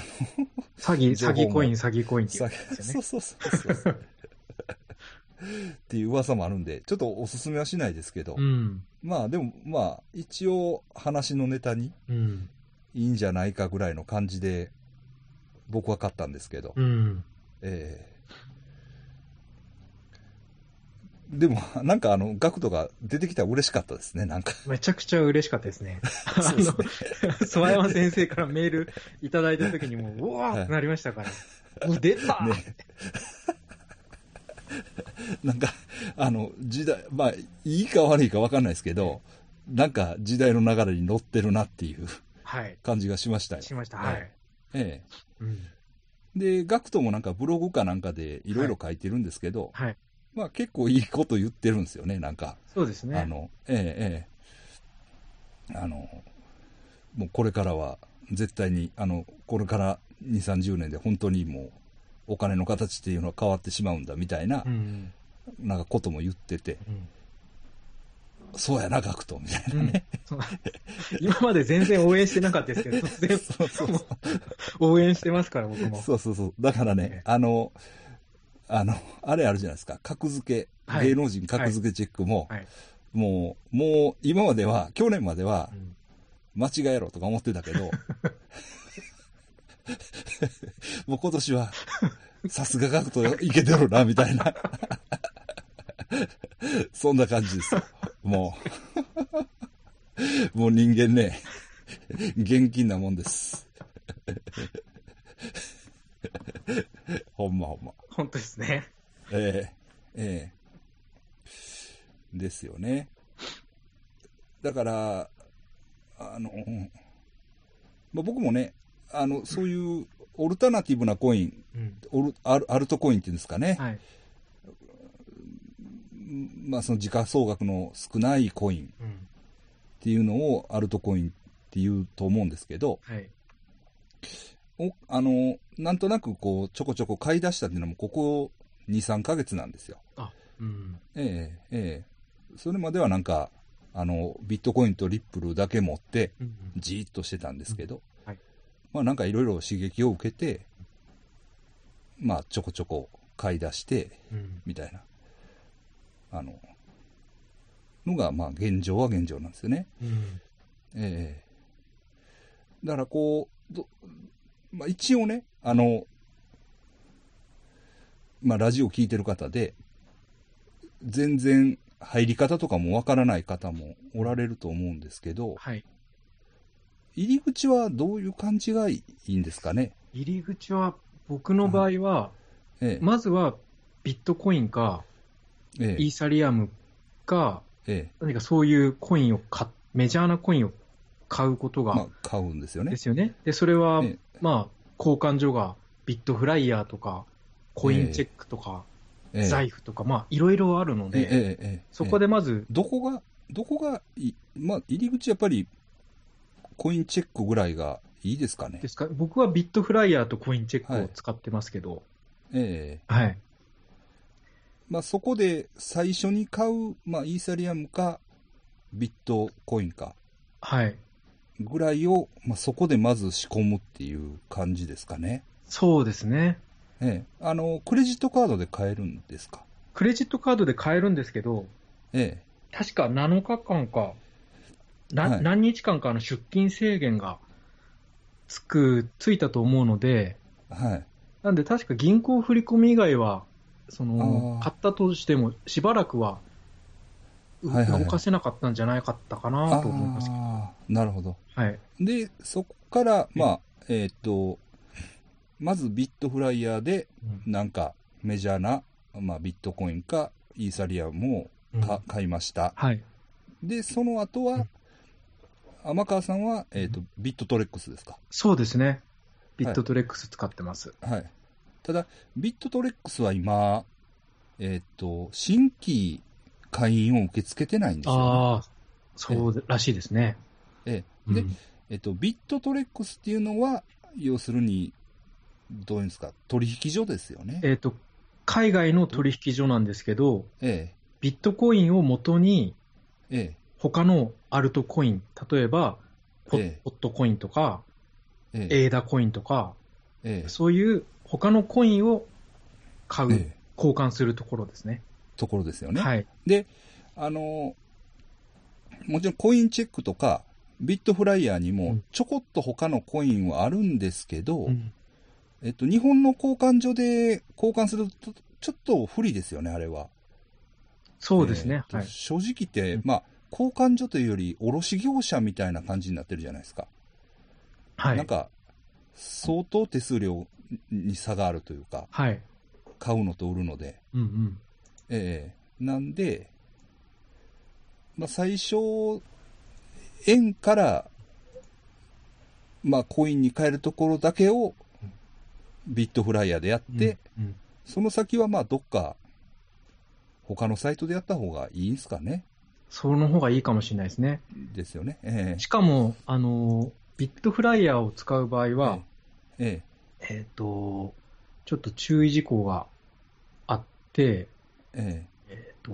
Speaker 2: 詐欺、
Speaker 1: 情報
Speaker 2: 詐
Speaker 1: も
Speaker 2: 欺コイン、詐欺コインって
Speaker 1: さ
Speaker 2: 言うんです
Speaker 1: そ
Speaker 2: よ
Speaker 1: うそうそうそうそう。っていう噂もあるんで、ちょっとおすすめはしないですけど、
Speaker 2: ね。うん。
Speaker 1: まあでも、まあ、一応話のネタに
Speaker 2: うん。
Speaker 1: いいんじゃないかぐらいの感じで、僕は買ったんですけど、
Speaker 2: うん。
Speaker 1: ええでも、なんかあの、ガクトが出てきたら嬉しかったですね、なんか。
Speaker 2: めちゃくちゃ嬉しかったですね。あ
Speaker 1: そうですね
Speaker 2: の、 諏訪山先生からメールいただいた時にもう、うわーってなりましたから。もう出た、
Speaker 1: ね。 なんか、あの、時代、まあ、いいか悪いか分かんないですけど、なんか時代の流れに乗ってるなっていう
Speaker 2: はい。
Speaker 1: 感じがしましたよ。
Speaker 2: しました。はい。
Speaker 1: え
Speaker 2: うん。
Speaker 1: え。で、ガクトもなんかブログかなんかでいろいろ書いてるんですけど、
Speaker 2: はい。
Speaker 1: まあ結構いいこと言ってるんですよね、なんか。
Speaker 2: そうです
Speaker 1: あ
Speaker 2: ね。
Speaker 1: の、ええ、ええ。あの、もうこれからは絶対に、あの、これから2、30年で本当にもう、お金の形っていうのは変わってしまうんだみたいな
Speaker 2: う、ん。
Speaker 1: なんかことも言ってて、
Speaker 2: うん
Speaker 1: そうやな、ガクトみたいな。
Speaker 2: うんそう今まで全然応援してなかったですけど、突然
Speaker 1: そうそう
Speaker 2: もう応援してますから、僕も。
Speaker 1: そうそうそう。だから
Speaker 2: ええ
Speaker 1: ね、あの、あの、あれあるじゃないですか、格付け、
Speaker 2: はい
Speaker 1: 芸能人格付けチェックも、
Speaker 2: はい
Speaker 1: もう、もう今までは、去年までは
Speaker 2: う、ん
Speaker 1: 間違えろとか思ってた けど、もう今年は、さすがガクトいけてるな、みたいな。そんな感じですよ。もう。もう人間ね、現金なもんです。ほんまほんま。
Speaker 2: 本当ですね。
Speaker 1: ええええですよね。だから、あの、うんまあ、僕もね、あの、そういうオルタナティブなコイン、
Speaker 2: うん
Speaker 1: オルアルアルトコインっていうんですかね、
Speaker 2: はい。
Speaker 1: まあその時価総額の少ないコインっ
Speaker 2: うん
Speaker 1: ていうのをアルトコインっていうと思うんですけど、
Speaker 2: はい。
Speaker 1: おあの、なんとなくこう、ちょこちょこ買い出したっていうのもここ2、3ヶ月なんですよ。
Speaker 2: うん。
Speaker 1: ええええ、それまではなんか、あの、ビットコインとリップルだけ持って、
Speaker 2: うん
Speaker 1: じーっとしてたんですけど、
Speaker 2: うんはい
Speaker 1: まあなんかいろいろ刺激を受けて、まあちょこちょこ買い出して、
Speaker 2: うん
Speaker 1: みたいな、あの、のが、まあ現状は現状なんですよね。
Speaker 2: うん
Speaker 1: ええだからこう、どまあ一応ね、あの、まあラジオ聞いてる方で、全然入り方とかもわからない方もおられると思うんですけど、
Speaker 2: はい。
Speaker 1: 入り口はどういう感じがいいんですかね
Speaker 2: 入り口は、僕の場合は、
Speaker 1: ええ、
Speaker 2: まずはビットコインか、
Speaker 1: え
Speaker 2: イーサリアムか、
Speaker 1: え、ええ、
Speaker 2: 何かそういうコインを買っ、メジャーなコインを買うこと
Speaker 1: まあ
Speaker 2: が、
Speaker 1: 買うんですよね
Speaker 2: で。すよね。で、それは
Speaker 1: ええ、
Speaker 2: まあ、交換所がビットフライヤーとか、コインチェックとか、
Speaker 1: ええ
Speaker 2: 財布とか、まあ、いろいろあるの
Speaker 1: ええ、
Speaker 2: で、
Speaker 1: ええ、ええ
Speaker 2: そこでまず、
Speaker 1: どこが、どこがいい、まあ、入り口やっぱり、コインチェックぐらいがいいですかね
Speaker 2: で。すか、僕はビットフライヤーとコインチェックを使ってますけど、
Speaker 1: ええ
Speaker 2: はい。
Speaker 1: まあ、そこで最初に買う、まあ、イーサリアムか、ビットコインか、
Speaker 2: はい。
Speaker 1: ぐらいを、まあ、そこでまず仕込むっていう感じですかね。
Speaker 2: そうですね。
Speaker 1: ええあの、クレジットカードで買えるんですか
Speaker 2: クレジットカードで買えるんですけど、
Speaker 1: え
Speaker 2: 確か7日間か、な
Speaker 1: はい
Speaker 2: 何日間かの出勤制限がつく、ついたと思うので、
Speaker 1: えはい。
Speaker 2: なんで確か銀行振り込み以外は、その
Speaker 1: あー
Speaker 2: 買ったとしても、しばらくはう
Speaker 1: はいはいはい
Speaker 2: 動かせなかったんじゃないかったかなと思いますけど、
Speaker 1: あーなるほど。
Speaker 2: はい、
Speaker 1: で、そこから、まあ、えーっと、まずビットフライヤーで、
Speaker 2: うん
Speaker 1: なんかメジャーな、まあ、ビットコインかイーサリアムを
Speaker 2: うん
Speaker 1: か買いました。
Speaker 2: はい、
Speaker 1: で、その後
Speaker 2: う
Speaker 1: は
Speaker 2: ん、
Speaker 1: 天川さんは、えーとビットトレックスですか。
Speaker 2: そうですね、ビットトレックス使ってます。
Speaker 1: はい。ただ、ビットトレックスは今、えっ、と、新規会員を受け付けてないんですよ、ね。
Speaker 2: ああ、そうでらしいですね。
Speaker 1: ええ
Speaker 2: う
Speaker 1: で、
Speaker 2: ん
Speaker 1: えっ、と、ビットトレックスっていうのは、要するに、どういうんですか、取引所ですよね。
Speaker 2: えっと海外の取引所なんですけど、
Speaker 1: え
Speaker 2: ビットコインを元に
Speaker 1: え
Speaker 2: 他のアルトコイン、例えばポ
Speaker 1: ええ
Speaker 2: ッ、ポットコインとか、
Speaker 1: え、ええ、
Speaker 2: エーダコインとか、
Speaker 1: ええ、
Speaker 2: そういう他のコインを買う、
Speaker 1: ええ
Speaker 2: 交換するところですね。
Speaker 1: ところですよね。
Speaker 2: はい。
Speaker 1: で、あの、もちろんコインチェックとか、ビットフライヤーに
Speaker 2: う
Speaker 1: も
Speaker 2: ん
Speaker 1: ちょこっと他のコインはあるんですけど、
Speaker 2: うん
Speaker 1: えっと、日本の交換所で交換すると、ちょっと不利ですよね、あれは。
Speaker 2: そうですね
Speaker 1: えっ。と
Speaker 2: はい。
Speaker 1: 正直言って、
Speaker 2: うん
Speaker 1: まあ、交換所というより、卸業者みたいな感じになってるじゃないですか。
Speaker 2: は
Speaker 1: なん
Speaker 2: い。
Speaker 1: か、相当手数料に差があるというか、
Speaker 2: はい。
Speaker 1: 買うのと売るので。
Speaker 2: うんうん。
Speaker 1: ええなんで、まあ、最初、円から、まあ、コインに変えるところだけをビットフライヤーでやって、
Speaker 2: うん、うん
Speaker 1: その先はまあどっか他のサイトでやった方がいいんすかね
Speaker 2: その方がいいかもしれないですね。
Speaker 1: ですよね。え
Speaker 2: しかも、あの、ビットフライヤーを使う場合
Speaker 1: え
Speaker 2: は、
Speaker 1: ええ
Speaker 2: えっ、と、ちょっと注意事項があって、
Speaker 1: え
Speaker 2: えっ、と、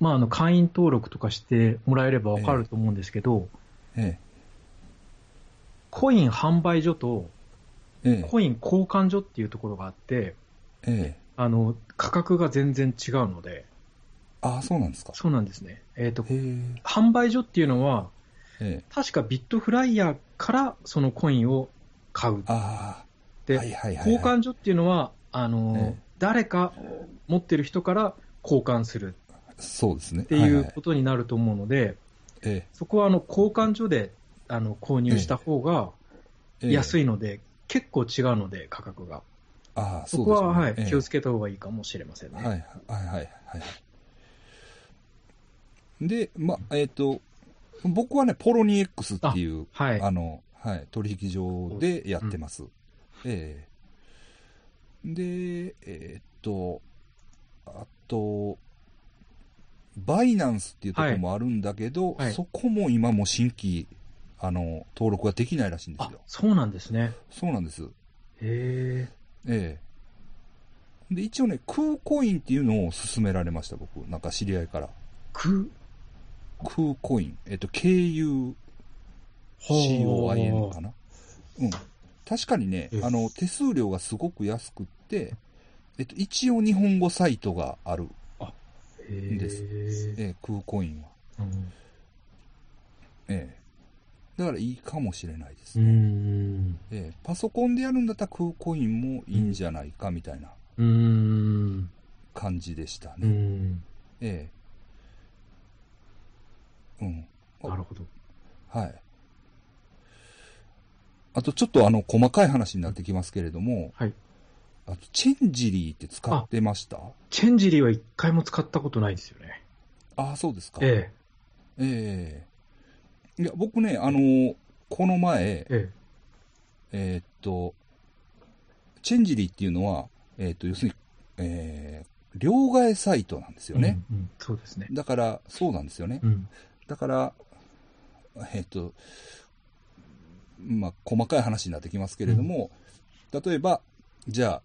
Speaker 2: まあ、あの、会員登録とかしてもらえればわかると思うんですけど、
Speaker 1: ええ
Speaker 2: コイン販売所と
Speaker 1: ええ
Speaker 2: コイン交換所っていうところがあって、
Speaker 1: ええ
Speaker 2: あの、価格が全然違うので、
Speaker 1: ああ、そうなんですか。
Speaker 2: そうなんですね。えっ、と
Speaker 1: へ、え
Speaker 2: 販売所っていうのは、
Speaker 1: ええ
Speaker 2: 確かビットフライヤーからそのコインを買う。
Speaker 1: ああ、
Speaker 2: で
Speaker 1: はいはいはい、
Speaker 2: 交
Speaker 1: はい。
Speaker 2: 換所っていうのは、あの、
Speaker 1: ええ
Speaker 2: 誰か持ってる人から交換する
Speaker 1: そうですね。
Speaker 2: って
Speaker 1: はいは
Speaker 2: うことになると思うので、
Speaker 1: え
Speaker 2: そこはあの交換所であの購入した方が
Speaker 1: え
Speaker 2: 安
Speaker 1: い。
Speaker 2: いので、結構違うので、価格が。
Speaker 1: ああ、
Speaker 2: そ
Speaker 1: そう
Speaker 2: こ
Speaker 1: です
Speaker 2: は、
Speaker 1: よね。
Speaker 2: はい
Speaker 1: ええ
Speaker 2: 気をつけた方がいいかもしれませんね。
Speaker 1: はいはいはいはい。で、ま、えっ、と、僕はね、ポロニ X っていう、
Speaker 2: はい。
Speaker 1: あの、はい、取引所でやってます。ええで、えっ、と、あと、バイナンスっていうところもあるんだけど、
Speaker 2: はいはい
Speaker 1: そこも今もう新規、あの、登録ができないらしいんです
Speaker 2: あ
Speaker 1: よ。
Speaker 2: そうなんですね。
Speaker 1: そうなんです。
Speaker 2: へえ。
Speaker 1: ええで、一応ね、空コインっていうのを勧められました、僕。なんか知り合いから。
Speaker 2: く、
Speaker 1: 空コイン。えっと、KUCOIN かな。うん。確かにね
Speaker 2: ええ、
Speaker 1: あの、手数料がすごく安くって、えっと、一応日本語サイトがある。
Speaker 2: へえ
Speaker 1: ですええ空コインは。
Speaker 2: うん
Speaker 1: ええだからいいかもしれないです
Speaker 2: う
Speaker 1: ね。
Speaker 2: ん。
Speaker 1: ええパソコンでやるんだったら空コインもいいんじゃないかみたいな
Speaker 2: うん。
Speaker 1: 感じでしたね。
Speaker 2: うん。
Speaker 1: ええ。うん。
Speaker 2: なるほど。
Speaker 1: はい。あとちょっとあの、細かい話になってきますけれども、
Speaker 2: はい。
Speaker 1: あと、チェンジリーって使ってました
Speaker 2: チェンジリーは一回も使ったことないですよね。
Speaker 1: ああ、そうですか。
Speaker 2: え
Speaker 1: ええいや、僕ね、あの、この前
Speaker 2: え。、え
Speaker 1: えーっと、チェンジリーっていうのは、えーっと、要するに、えー、両替サイトなんです
Speaker 2: え。
Speaker 1: よね。
Speaker 2: うん。うんそうですね。
Speaker 1: だから、そうなんですよね。
Speaker 2: うん。
Speaker 1: だから、えっと、まあ、細かい話になってきますけれども、例えば、じゃあ、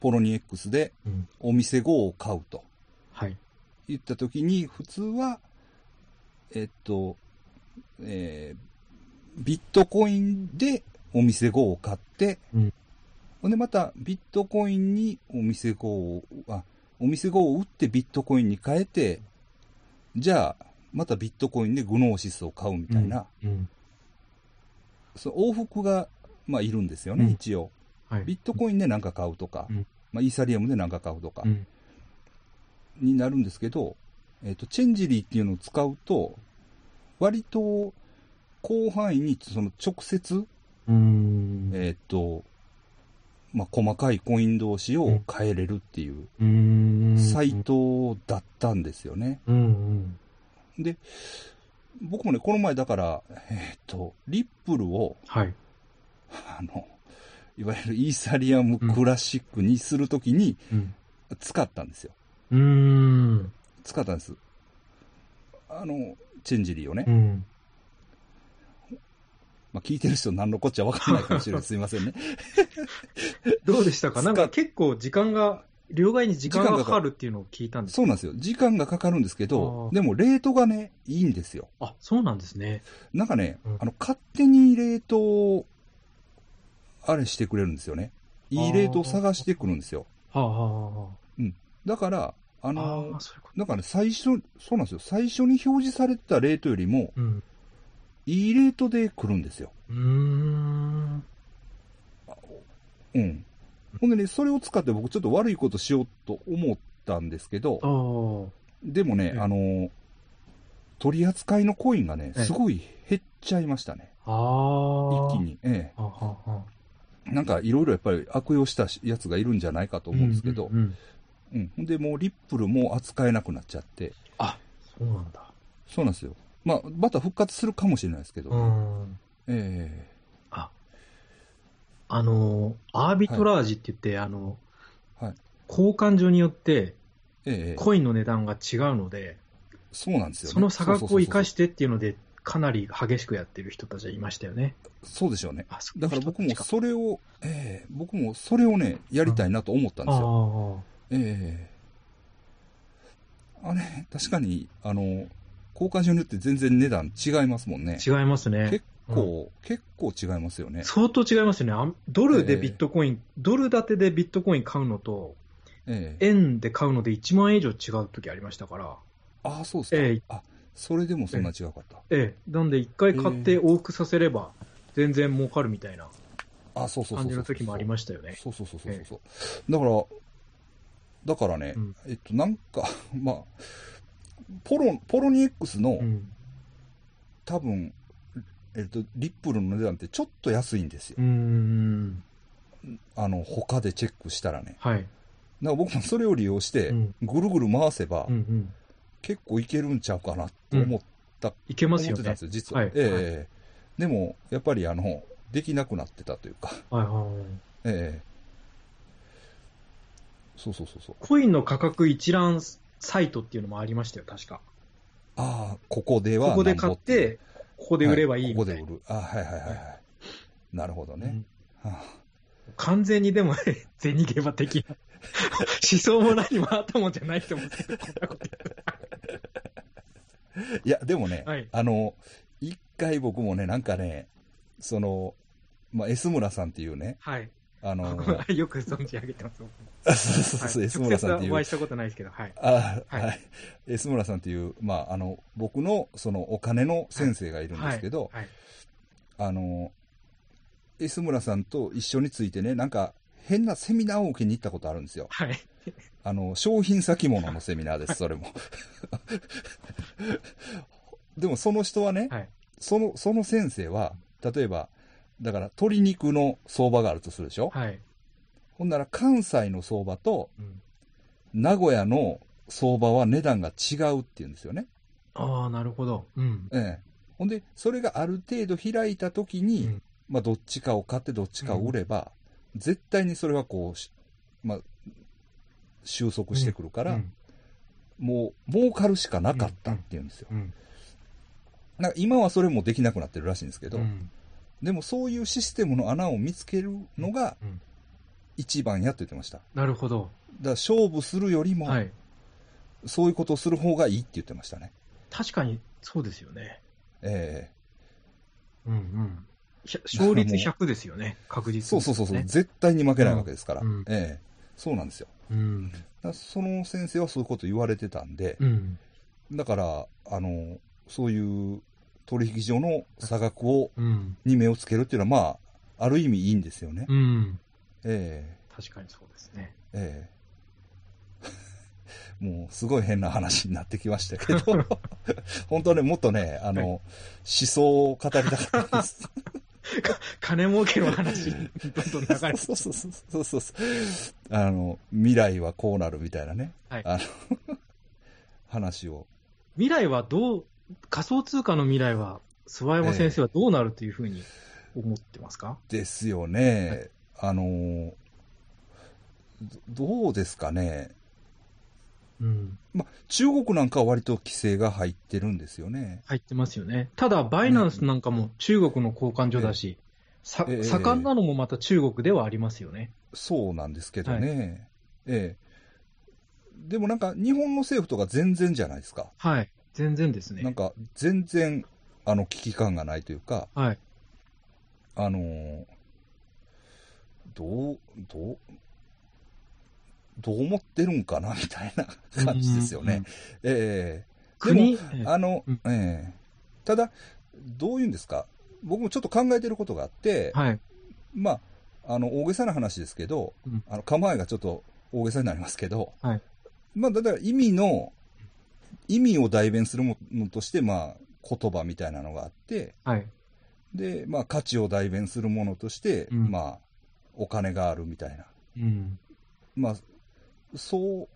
Speaker 1: ポロニ X で
Speaker 2: うん。
Speaker 1: お店 GO を買うと
Speaker 2: はい。
Speaker 1: 言ったときに、普通は、えっと、えービットコインでお店 GO を買って、
Speaker 2: うん
Speaker 1: ほんでまたビットコインにお店 GO を、あ、お店 GO を売ってビットコインに変えて、じゃあ、またビットコインでグノーシスを買うみたいな、
Speaker 2: うん。
Speaker 1: その往復が、まあ、いるんですよね、
Speaker 2: うん
Speaker 1: 一応。
Speaker 2: はい。
Speaker 1: ビットコインで何か買うとか、
Speaker 2: うん
Speaker 1: まあ、イーサリアムで何か買うとか
Speaker 2: う、ん。
Speaker 1: になるんですけど、えっとチェンジリーっていうのを使うと、割と広範囲にその直接、
Speaker 2: うん。
Speaker 1: えっとまあ、細かいコイン同士を変えれるっていう
Speaker 2: うーん
Speaker 1: サイトだったんですよね。
Speaker 2: うんうん。
Speaker 1: 僕もね、この前だから、えっとリップルを
Speaker 2: はい。
Speaker 1: あのいわゆるイーサリアムクラシックにするときに
Speaker 2: うん。
Speaker 1: 使ったんですよ。
Speaker 2: うーん。
Speaker 1: 使ったんです。あの、チェンジリーをね。
Speaker 2: うん。
Speaker 1: まあ、聞いてる人何のこっちゃ分からないかもしれない。すいませんね。
Speaker 2: どうでしたかなんか結構時間が両替に時間がかかるっていうのを聞いたんです
Speaker 1: そうなんですよ。時間がかかるんですけど
Speaker 2: あ、ー
Speaker 1: でもレートがね、いいんですよ。
Speaker 2: あ、そうなんですね。
Speaker 1: なんかね、
Speaker 2: うん
Speaker 1: あの、勝手にレートを、あれしてくれるんですよね。いいレートを探してくるんですよ。
Speaker 2: はあ、はあは
Speaker 1: だから、あ
Speaker 2: あ、はあ、あ
Speaker 1: の
Speaker 2: あ、、そういうこと。
Speaker 1: なんかね、最初、そうなんですよ。最初に表示されてたレートよりも、
Speaker 2: うん。
Speaker 1: いいレートで来るんですよ。
Speaker 2: うーん。
Speaker 1: うん。ほんでね、それを使って僕ちょっと悪いことしようと思ったんですけど
Speaker 2: あ、あ。
Speaker 1: でもね
Speaker 2: え、え
Speaker 1: あの、取り扱いのコインがね、
Speaker 2: ええ
Speaker 1: すごい減っちゃいましたね。
Speaker 2: ああ。
Speaker 1: 一気。に。え
Speaker 2: はあ、はあ、はあ。
Speaker 1: え。なんかいろいろやっぱり悪用したやつがいるんじゃないかと思うんですけど
Speaker 2: う、んうん
Speaker 1: うん。ほんで、もうリップルも扱えなくなっちゃって、
Speaker 2: あ、そうなんだ。
Speaker 1: そうなんですよ。まあ、また復活するかもしれないですけど、
Speaker 2: うーん。
Speaker 1: ええ
Speaker 2: あ、あの、アービトラージって言って、あの、
Speaker 1: はい
Speaker 2: 交換所によって
Speaker 1: ええ
Speaker 2: コインの値段が違うので、
Speaker 1: そうなんですよ、ね。。
Speaker 2: その差額を生かしててっていうので、かなり激しくやってる人たちはいましたよね。
Speaker 1: そうでしょうね。
Speaker 2: あ、そ
Speaker 1: だから僕も
Speaker 2: そ
Speaker 1: それを、ええ僕もそれをね、やりたいなと思ったん
Speaker 2: う
Speaker 1: ですよ。
Speaker 2: なんで
Speaker 1: ええあれ、確かに、あの、交換所によって全然値段違いますもんね。
Speaker 2: すよ。違いますね。
Speaker 1: 結構、結構違いますよね。
Speaker 2: 相当違いますよねあん。ドルでビットコイン、ドル建てでビットコイン買うのと、
Speaker 1: ええ
Speaker 2: 円で買うので1万円以上違う時ありましたから、
Speaker 1: ああ、そうですか。
Speaker 2: ええ
Speaker 1: あ、それでもそんな違うかった。
Speaker 2: ええ、なんで1回買って
Speaker 1: ええ
Speaker 2: 往復させれば、全然儲かるみたいな
Speaker 1: あ、そうそうそうそう。
Speaker 2: 感じの時もありましたよね。
Speaker 1: そうそうそうそうそうそう。だから、だからね、
Speaker 2: うん
Speaker 1: えっと、なんか、 まあ、ポロ、ポロニエックスの、
Speaker 2: うん。
Speaker 1: 多分、えっと、リップルの値段ってちょっと安いんですよ。
Speaker 2: うーん。
Speaker 1: あの、他でチェックしたらね。
Speaker 2: はい。
Speaker 1: だから僕もそれを利用して、
Speaker 2: うん
Speaker 1: ぐるぐる回せば、
Speaker 2: うんうん。
Speaker 1: 結構いけるんちゃうかなと思って
Speaker 2: いけ
Speaker 1: た
Speaker 2: ま
Speaker 1: ん
Speaker 2: すよね
Speaker 1: で。すよ、実は。
Speaker 2: はい
Speaker 1: ええ
Speaker 2: はい
Speaker 1: ええでも、やっぱりあの、できなくなってたというか、
Speaker 2: はいはいはい。
Speaker 1: ええそうそうそうそう。
Speaker 2: コインの価格一覧サイトっていうのもありましたよ、確か。
Speaker 1: ああ、ここでは
Speaker 2: こ
Speaker 1: なんぼ
Speaker 2: こ
Speaker 1: いう、
Speaker 2: で買って、ここで売ればいいみ
Speaker 1: ここ
Speaker 2: たい
Speaker 1: で
Speaker 2: な。
Speaker 1: 売る。あはいはいはいはい。なるほどね。はあ
Speaker 2: 完全にでもね、 銭ゲバ的な。思想も何も頭もじゃないと思ってこんなこと言って
Speaker 1: いや、でもね、
Speaker 2: はい
Speaker 1: あの、一回僕もね、なんかね、その、まあ、S 村さんっていうね、
Speaker 2: はい。
Speaker 1: あの、
Speaker 2: よく存じ上げてます。
Speaker 1: そうそうそう、
Speaker 2: はい
Speaker 1: S 村さんってい
Speaker 2: 直接
Speaker 1: う
Speaker 2: はお会いしたことないですけど、はい。
Speaker 1: あは、
Speaker 2: はいい
Speaker 1: 安村さんっていう、まあ、あの僕のそのお金の先生がいるんですけど、
Speaker 2: はい。
Speaker 1: あの安村さんと一緒についてね、なんか変なセミナーを受けに行ったことあるんですよ、
Speaker 2: はい。はい
Speaker 1: あの商品先物 のセミナーです、それも。 でもその人はね、
Speaker 2: はい
Speaker 1: その、その先生は、例えば、だから鶏肉の相場があるとするでしょ、
Speaker 2: はい。
Speaker 1: ほんなら関西の相場と
Speaker 2: うん
Speaker 1: 名古屋の相場は値段が違うっていうんですよね。
Speaker 2: ああ、なるほど。うん。
Speaker 1: ええ、ほんで、それがある程度開いたときに、
Speaker 2: うん
Speaker 1: まあ、どっちかを買って、どっちかを売れば、絶対にそれはこうし、まあ、収束してくるから、
Speaker 2: うん
Speaker 1: もう儲かるしかなかったっていうんですよ。
Speaker 2: うん。
Speaker 1: なんか今はそれもできなくなってるらしいんですけど、
Speaker 2: うん
Speaker 1: でもそういうシステムの穴を見つけるのが
Speaker 2: うん
Speaker 1: 一番やって言ってました。だか
Speaker 2: なるほど。
Speaker 1: ら勝負するよりも、
Speaker 2: はい。
Speaker 1: そういうことをする方がいいって言ってましたね。
Speaker 2: 確かにそうですよね。
Speaker 1: ええ
Speaker 2: うんうん。ひゃ勝率100ですよね、確実に。
Speaker 1: そうそうそうそう、絶対に負けないわけですから、
Speaker 2: うんうん
Speaker 1: ええそうなんですよ。
Speaker 2: うん。
Speaker 1: だからその先生はそういうこと言われてたんで
Speaker 2: う、ん。
Speaker 1: だから、あの、そういう取引所の差額を、
Speaker 2: うん。
Speaker 1: に目をつけるっていうのは、まあ、ある意味いいんですよね。
Speaker 2: うん。
Speaker 1: え
Speaker 2: 確かにそうですね。
Speaker 1: ええ えもう、すごい変な話になってきましたけ ど、本当はね、もっとね、あの、
Speaker 2: はい
Speaker 1: 思想を語りたかったです。
Speaker 2: 金儲けの話、どんどん流れ て
Speaker 1: そうそうそうそうそうそう。あの、未来はこうなるみたいなね、
Speaker 2: はい
Speaker 1: あの、 話を。
Speaker 2: 未来はどう、仮想通貨の未来は、諏訪山先生はどうなるというふうに思ってますか、
Speaker 1: ですよね、あのーどどうですかね、
Speaker 2: うん。
Speaker 1: ま、中国なんかは割と規制が入ってるんですよね。
Speaker 2: 入ってますよね。ただ、バイナンスなんかも中国の交換所だし、さ
Speaker 1: ええ
Speaker 2: 盛んなのもまた中国ではありますよね。
Speaker 1: そうなんですけどね、ええでもなんか日本の政府とか全然じゃないですか。
Speaker 2: はい。全然です
Speaker 1: なん
Speaker 2: ね。
Speaker 1: か全然あの危機感がないというか、
Speaker 2: はい。
Speaker 1: あのーどう、どう、どう思ってるんかなみたいな感じですよ
Speaker 2: うん
Speaker 1: ね。ええでも
Speaker 2: 国、
Speaker 1: あの、
Speaker 2: うん
Speaker 1: ええただ、どういうんですか、僕もちょっと考えてることがあって、
Speaker 2: はい。
Speaker 1: まあ、あの大げさな話ですけど、
Speaker 2: うん
Speaker 1: あの構えがちょっと大げさになりますけど、
Speaker 2: はい
Speaker 1: まあ、だから意味の、意味を代弁するものとして、まあ、言葉みたいなのがあって、
Speaker 2: はい。
Speaker 1: で、まあ、価値を代弁するものとして、
Speaker 2: うん
Speaker 1: まあ、お金があるみたいな、
Speaker 2: うん。
Speaker 1: まあ、そう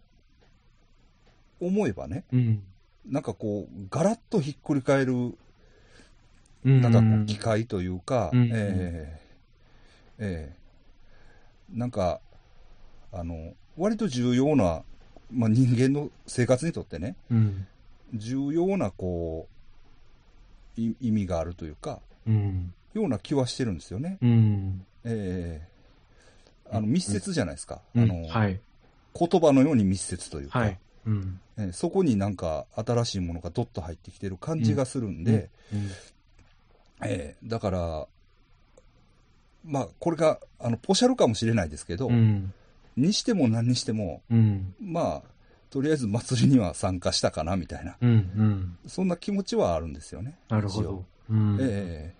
Speaker 1: 思えばね、
Speaker 2: うん。
Speaker 1: なんかこう、ガラッとひっくり返る
Speaker 2: うん
Speaker 1: なんかこう機械というか、
Speaker 2: うん
Speaker 1: ええええなんか、あの、割と重要な、まあ、人間の生活にとってね、
Speaker 2: うん。
Speaker 1: 重要なこう、い意味があるというか、
Speaker 2: うん。
Speaker 1: ような気はしてるんですよね。
Speaker 2: うん。
Speaker 1: ええあの、密接じゃないですか。
Speaker 2: うん
Speaker 1: あの、
Speaker 2: はい。
Speaker 1: 言葉のように密接というか、
Speaker 2: はい。うん。
Speaker 1: ええそこになんか新しいものがどっと入ってきてる感じがするんで、
Speaker 2: うん
Speaker 1: ええだから、まあ、これがあのポシャルかもしれないですけど、
Speaker 2: うん。
Speaker 1: にしても何にしても、
Speaker 2: うん。
Speaker 1: まあ、とりあえず祭りには参加したかなみたいな、
Speaker 2: うん。うん。
Speaker 1: そんな気持ちはあるんですよね。
Speaker 2: なるほ
Speaker 1: 一応
Speaker 2: ど。うん。
Speaker 1: え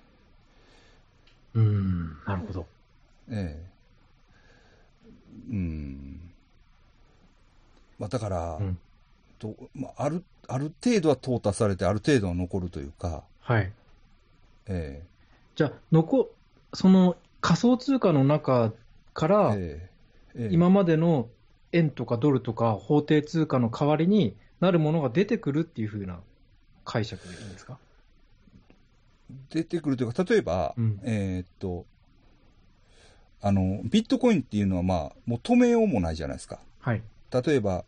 Speaker 2: うん。なるほど。
Speaker 1: えええうん。まあ、だから、
Speaker 2: うん
Speaker 1: とまあ、ある、ある程度は淘汰されて、ある程度は残るというか、
Speaker 2: はい。
Speaker 1: え
Speaker 2: じゃあ、残、その仮想通貨の中か
Speaker 1: え
Speaker 2: ら、
Speaker 1: ええええ
Speaker 2: 今までの円とかドルとか法定通貨の代わりになるものが出てくるっていうふうな解釈でいいんですか
Speaker 1: 出てくるというか、例えば、
Speaker 2: うん
Speaker 1: えーっと、あの、ビットコインっていうのは、まあ、もう止めようもないじゃないですか。
Speaker 2: はい。
Speaker 1: 例えば、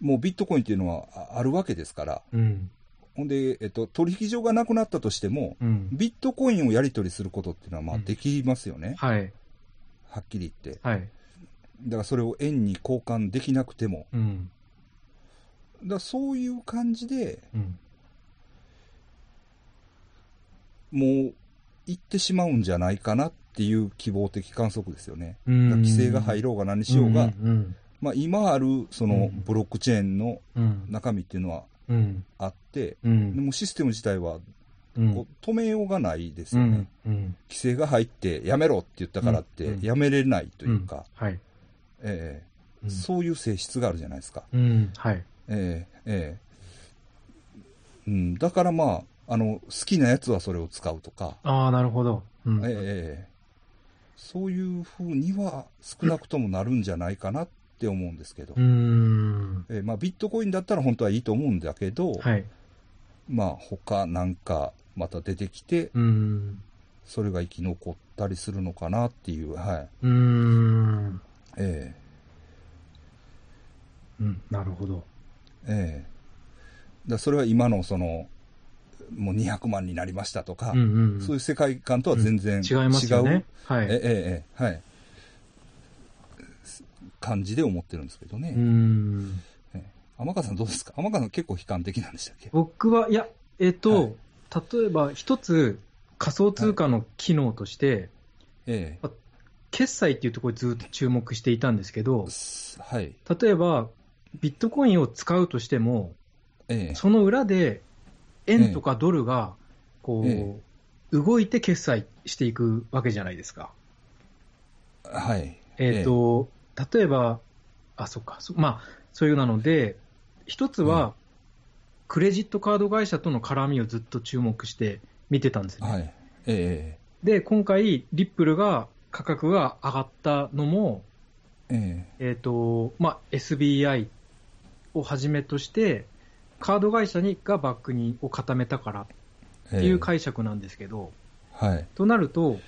Speaker 1: もうビットコインっていうのはああるわけですから、
Speaker 2: うん。
Speaker 1: ほんで、えっと、取引所がなくなったとしても、
Speaker 2: うん。
Speaker 1: ビットコインをやり取りすることっていうのは、まあ、
Speaker 2: うん
Speaker 1: できますよね、
Speaker 2: はい。
Speaker 1: はっきり言って。
Speaker 2: はい。
Speaker 1: だから、それを円に交換できなくても。
Speaker 2: うん。
Speaker 1: だからそういう感じで
Speaker 2: うん。
Speaker 1: もう、行ってしまうんじゃないかなっていう希望的観測ですよね。
Speaker 2: う
Speaker 1: だ
Speaker 2: ん
Speaker 1: から規制が入ろうが何しようが、
Speaker 2: うん。
Speaker 1: まあ、今あるそうの
Speaker 2: ん
Speaker 1: ブロックチェーンの
Speaker 2: うん。
Speaker 1: 中身っていうのは
Speaker 2: うん。
Speaker 1: あって、
Speaker 2: う
Speaker 1: で
Speaker 2: ん。
Speaker 1: もシステム自体は
Speaker 2: うん。
Speaker 1: こう止めようがないです
Speaker 2: う
Speaker 1: よね、
Speaker 2: ん。うん。
Speaker 1: 規制が入ってやめろって言ったからっ
Speaker 2: う
Speaker 1: て
Speaker 2: ん、
Speaker 1: やめれないというか、
Speaker 2: はい。
Speaker 1: え
Speaker 2: う
Speaker 1: え
Speaker 2: ん
Speaker 1: そういう性質があるじゃないですか、
Speaker 2: うん。はい。
Speaker 1: ええええうん、だからまああの、好きなやつはそれを使うとか、
Speaker 2: ああ、なるほど。う
Speaker 1: ええ
Speaker 2: ん。
Speaker 1: ええそういうふうには少なくともなるんじゃないかなって思うんですけど、
Speaker 2: うん。
Speaker 1: ええまあ、ビットコインだったら本当はいいと思うんだけど、
Speaker 2: はい。
Speaker 1: まあ他なんかまた出てきて、
Speaker 2: うん。
Speaker 1: それが生き残ったりするのかなっていう、はい。
Speaker 2: うん。
Speaker 1: え
Speaker 2: うん。なるほど。
Speaker 1: えええだそれは今のその、もう200万になりましたとか、
Speaker 2: うんうん。
Speaker 1: そういう世界観とは全然違う。
Speaker 2: 違いますよね。は
Speaker 1: え
Speaker 2: い。
Speaker 1: えええはい。感じで思ってるんですけどね。
Speaker 2: うん。
Speaker 1: 天川さんどうですか天川さん結構悲観的なんでしたっけ
Speaker 2: 僕は、いや、えっ、
Speaker 1: はい
Speaker 2: と、例えば一つ仮想通貨の機能として、
Speaker 1: ええ
Speaker 2: 決済っていうところにずっと注目していたんですけど、
Speaker 1: すはい。
Speaker 2: 例えばビットコインを使うとしても、
Speaker 1: ええ
Speaker 2: その裏で円とかドルがこう、
Speaker 1: え
Speaker 2: 動いて決済していくわけじゃないですか。
Speaker 1: はい。
Speaker 2: えっ、と、例えば、あ、そっか、そまあ、そういうなので、一つは、クレジットカード会社との絡みをずっと注目して見てたんですね。
Speaker 1: はい。ええ
Speaker 2: で、今回、リップルが価格が上がったのも、
Speaker 1: ええ
Speaker 2: えっ、と、まあ、SBI をはじめとして、カード会社にがバックにを固めたからっ
Speaker 1: え
Speaker 2: ていう解釈なんですけど、
Speaker 1: はい。
Speaker 2: となると、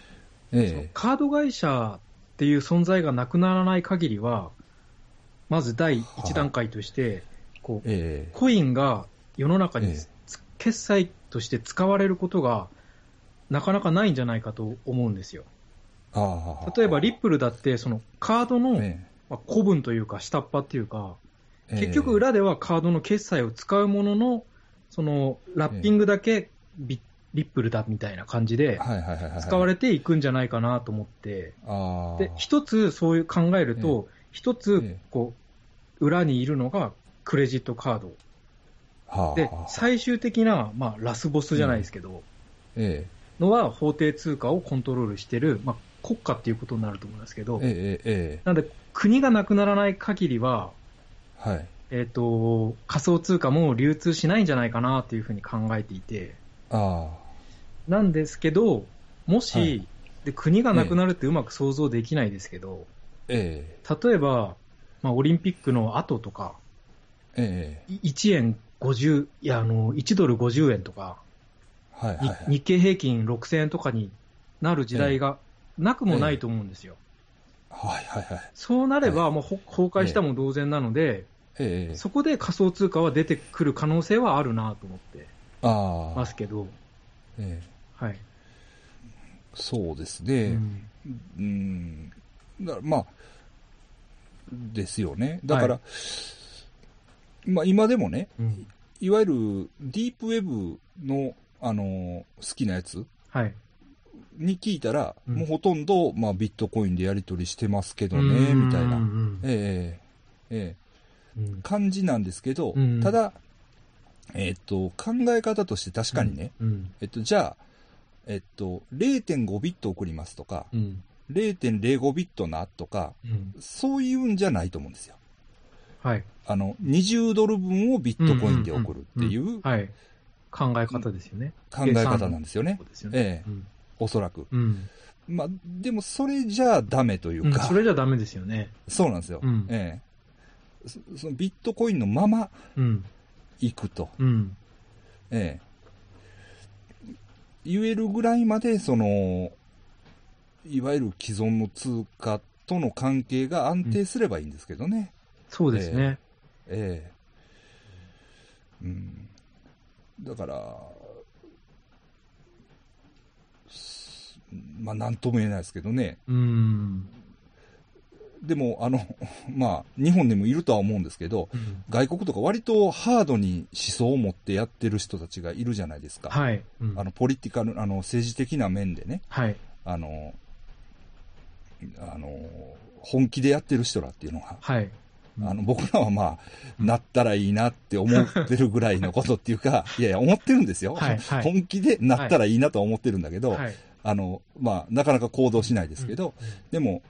Speaker 1: え
Speaker 2: その
Speaker 1: え
Speaker 2: カード会社っていう存在がなくならない限りは、まず第一段階として、こう、
Speaker 1: ええ
Speaker 2: コインが世の中
Speaker 1: え
Speaker 2: に
Speaker 1: え
Speaker 2: つ決済として使われることがなかなかないんじゃないかと思うんですよ。
Speaker 1: ああ
Speaker 2: 例えば、リップルだって、そのカードの
Speaker 1: え
Speaker 2: まあ、古文というか、下っ端というか、結局、裏ではカードの決済を使うものの、そのラッピングだけビリップルだみたいな感じで、使われていくんじゃないかなと思って、で一つそういう考えると、一つこう裏にいるのがクレジットカード、で最終的な、まあ、ラスボスじゃないですけど、のは法定通貨をコントロールしてる、まあ、国家っていうことになると思うんですけど、なので国がなくならない限りは、
Speaker 1: はい
Speaker 2: えーと、仮想通貨も流通しないんじゃないかなというふうに考えていて、
Speaker 1: あ
Speaker 2: なんですけど、もし、はい、で国がなくなるってうまく想像できないですけど、
Speaker 1: え
Speaker 2: ー、例えば、まあ、オリンピックの後とか、
Speaker 1: えー、
Speaker 2: 1円50いやあの、1ドル50円とか、
Speaker 1: はい、はい、
Speaker 2: 日経平均6000円とかになる時代がなくもないと思うんですよ。
Speaker 1: えー、はいはいはい、
Speaker 2: そうなれば、もう崩壊したも同然なので、
Speaker 1: ええ、
Speaker 2: そこで仮想通貨は出てくる可能性はあるなと思ってますけど、
Speaker 1: え
Speaker 2: えはい、
Speaker 1: そうですね、うん、うんだまあ、ですよね、だから、はい、まあ、今でもね、
Speaker 2: うん、
Speaker 1: いわゆるディープウェブの、あの好きなやつ。
Speaker 2: はい
Speaker 1: に聞いたら、うん、もうほとんど、まあ、ビットコインでやり取りしてますけどね、みたいな、ええええ、感じなんですけど、
Speaker 2: うん、
Speaker 1: ただ、えっ、ー、と、考え方として確かにね、
Speaker 2: うんうん、
Speaker 1: えっと、じゃあ、えっと、0.5ビット送りますとか、
Speaker 2: うん、
Speaker 1: 0.05ビットなとか、そういうんじゃないと思うんですよ。
Speaker 2: はい。
Speaker 1: あの、20ドル分をビットコインで送るっていう、
Speaker 2: はい。考え方ですよね。
Speaker 1: 考え方なんですよね。
Speaker 2: よね
Speaker 1: ええおそらく。
Speaker 2: うん
Speaker 1: まあ、でも、それじゃダメというか、
Speaker 2: それじゃダメですよね。
Speaker 1: そうなんですよ。ええそのビットコインのままいくと、
Speaker 2: うん、
Speaker 1: ええ、言えるぐらいまでそのいわゆる既存の通貨との関係が安定すればいいんですけどね。
Speaker 2: うん、そうですね、
Speaker 1: ええええ、うん、だからまあ何とも言えないですけどね。
Speaker 2: うん
Speaker 1: でも、あの、 まあ、日本でもいるとは思うんですけど、
Speaker 2: うん、
Speaker 1: 外国とか割とハードに思想を持ってやってる人たちがいるじゃないですか。
Speaker 2: はい。うん、
Speaker 1: あの、ポリティカル、あの、政治的な面でね。
Speaker 2: はい。
Speaker 1: あの、あの、本気でやってる人らっていうのが。
Speaker 2: はい。
Speaker 1: うん、あの、僕らはまあ、なったらいいなって思ってるぐらいのことっていう か、いやいや、思ってるんですよ。
Speaker 2: はい、はい、
Speaker 1: 本気でなったらいいなとは思ってるんだけど、
Speaker 2: はい、
Speaker 1: あの、まあ、なかなか行動しないですけど、でも、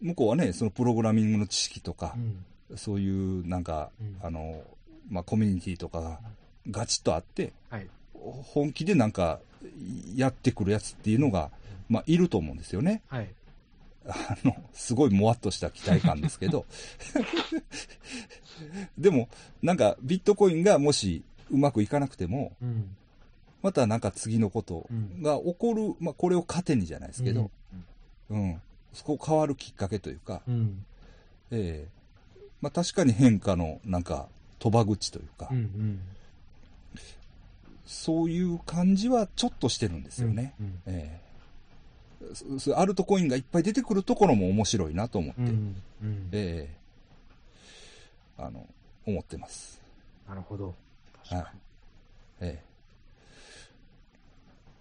Speaker 1: 向こうはね、そのプログラミングの知識とか、
Speaker 2: うん、
Speaker 1: そういうなんか、うん、あの、まあ、コミュニティとかがガチッとあって、
Speaker 2: はい、
Speaker 1: 本気でなんかやってくるやつっていうのが、まあ、いると思うんですよね。
Speaker 2: はい、
Speaker 1: あの、すごいもわっとした期待感ですけど、でも、なんかビットコインがもしうまくいかなくても、
Speaker 2: うん、
Speaker 1: またなんか次のことが起こる、まあ、これを糧にじゃないですけど、うんそこ変わるきっかけというか、
Speaker 2: うん、
Speaker 1: ええー、まあ、確かに変化のなんか賭場口というか、
Speaker 2: うんうん、
Speaker 1: そういう感じはちょっとしてるんですよね。
Speaker 2: うんうん、
Speaker 1: ええー、アルトコインがいっぱい出てくるところも面白いなと思って、うん
Speaker 2: うん、
Speaker 1: ええー、あの思ってます。
Speaker 2: なるほど。
Speaker 1: はい、ええ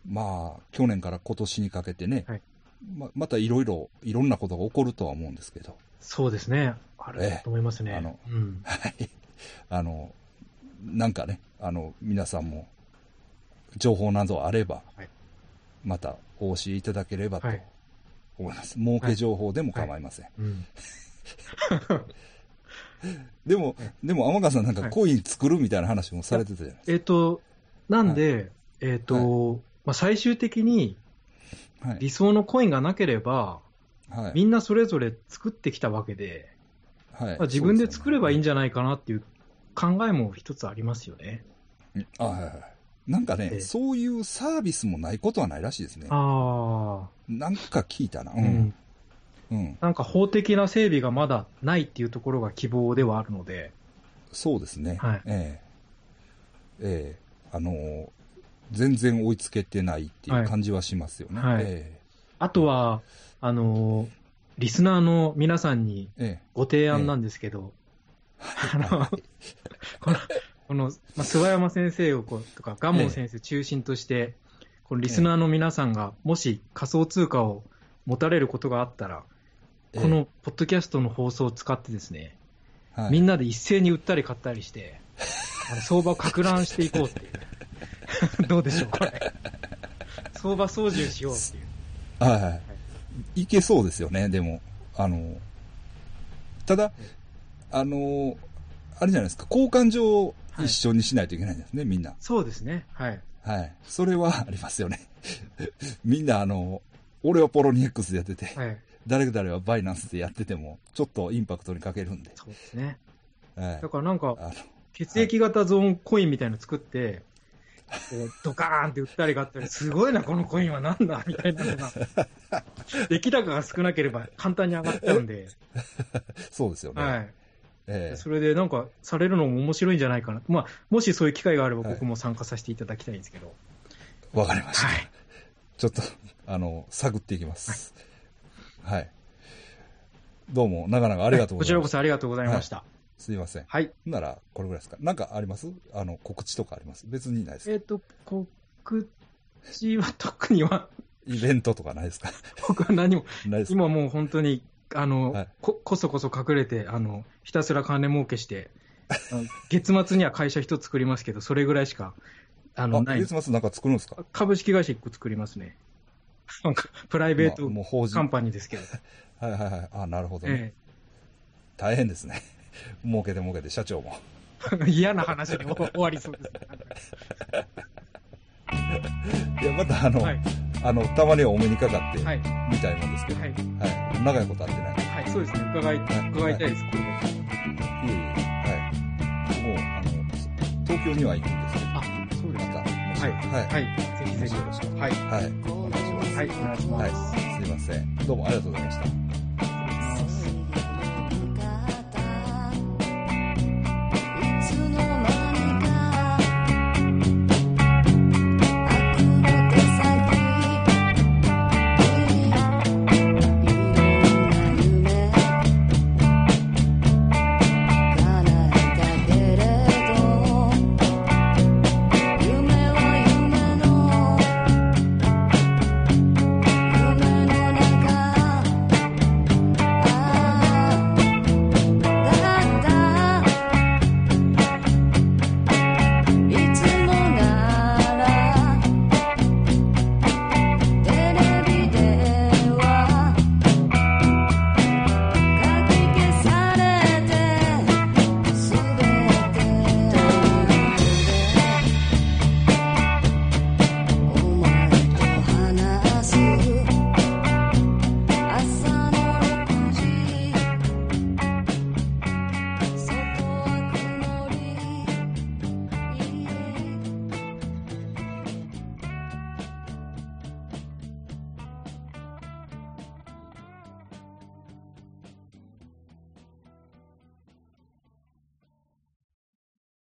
Speaker 1: まあ、去年から今年にかけてね、
Speaker 2: はい
Speaker 1: ままたいろいろ、いろんなことが起こるとは思うんですけど。
Speaker 2: そうですね。あると思いますね。
Speaker 1: あの、うん、はい。あの、なんかね、あの、皆さんも、情報などあれば、
Speaker 2: はい、
Speaker 1: またお教えいただければと思います。はい、儲け情報でも構いません。でも、でも、天川さんなんかコイン作るみたいな話もされてたじゃないですか。
Speaker 2: えっ、ー、と、なんで、はい、えっ、と、まあ、最終的に、
Speaker 1: はい、
Speaker 2: 理想のコインがなければ、
Speaker 1: はい、
Speaker 2: みんなそれぞれ作ってきたわけで、
Speaker 1: はい
Speaker 2: まあ、自分で作ればいいんじゃないかなっていう考えも一つありますよね。
Speaker 1: あはいはい、なんかね、そういうサービスもないことはないらしいですね。
Speaker 2: あ
Speaker 1: なんか聞いたな、うんうん、うん、
Speaker 2: なんか法的な整備がまだないっていうところが希望ではあるので、
Speaker 1: そうですね、
Speaker 2: はい
Speaker 1: えーえーあのー全然追いつけてないっていう感じはしますよね。
Speaker 2: はい
Speaker 1: え
Speaker 2: ー、あとは、 あのー、リスナーの皆さんにご提案なんですけど、
Speaker 1: え
Speaker 2: あの、この、この、まあ、諏訪山先生をこうとか、蒲生先生中心として、ええ、このリスナーの皆さんが、もし仮想通貨を持たれることがあったら、え、このポッドキャストの放送を使ってですね、はい、みんなで一斉に売ったり買ったりして、あの相場を拡乱していこうっていう。 どうでしょう、これ。相場操縦しようっていう。
Speaker 1: はい、はい。いけそうですよね、でも。あの、ただ、あの、あれじゃないですか、交換所を一緒にしないといけないんですね、はい、みんな。
Speaker 2: そうですね、はい。
Speaker 1: はい。それはありますよね。 みんな、あの、俺はポロニエックスでやってて、はい、誰々はバイナンスでやってても、ちょっとインパクトに欠けるんで。
Speaker 2: そうですね。はい、だからなんか、血液型ゾーンコインみたいの作って、はい、ドカーンって売ったりがあったり、すごいな、このコインはなんだみたいなのが、出来高が少なければ簡単に上がっちゃうんで。
Speaker 1: そうですよね。
Speaker 2: はいええ、それでなんかされるのも面白いんじゃないかな、まあ、もしそういう機会があれば僕も参加させていただきたいんですけど。
Speaker 1: わ、はい、かりました。はい、ちょっと、あの、探っていきます。はい。はい、どうも、長々ありがとうございました。こ
Speaker 2: ちらこそありがとうございました。
Speaker 1: すいません。
Speaker 2: はい。
Speaker 1: なら、これぐらいですか。なんかありますあの、告知とかあります別にないです
Speaker 2: えっ、ー、と、告知は特には
Speaker 1: イベントとかないです か
Speaker 2: 僕は何も、今もう本当にあの、はい、こ、こそこそ隠れて、あの、ひたすら金儲けして、月末には会社一つ作りますけど、それぐらいしか、
Speaker 1: あの、ない。月末なんか作るんですか
Speaker 2: 株式会社一個作りますね。なんか、プライベート、まあ、カンパニーですけど。
Speaker 1: はいはいはい。あ、なるほど、ねええ、大変ですね。 儲けて儲けて、社長も。
Speaker 2: 嫌な話に終わりそうです、ね。
Speaker 1: いや、またあの、はい、あの、たまにはお目にかかって、はい、みたいなんですけど、はい、はい、長いこと会ってない。
Speaker 2: はい、そうですね、伺い、伺いたいです、これ。
Speaker 1: え
Speaker 2: い
Speaker 1: いえ、はい。もう、あの、東京には行くんですけど、あ、
Speaker 2: そうです
Speaker 1: か。
Speaker 2: はい、はい、はい、ぜひぜひ。
Speaker 1: はい、はい、お願いします。
Speaker 2: はい、お願いしま
Speaker 1: は
Speaker 2: す。
Speaker 1: い、すいません。どうもありがとうございました。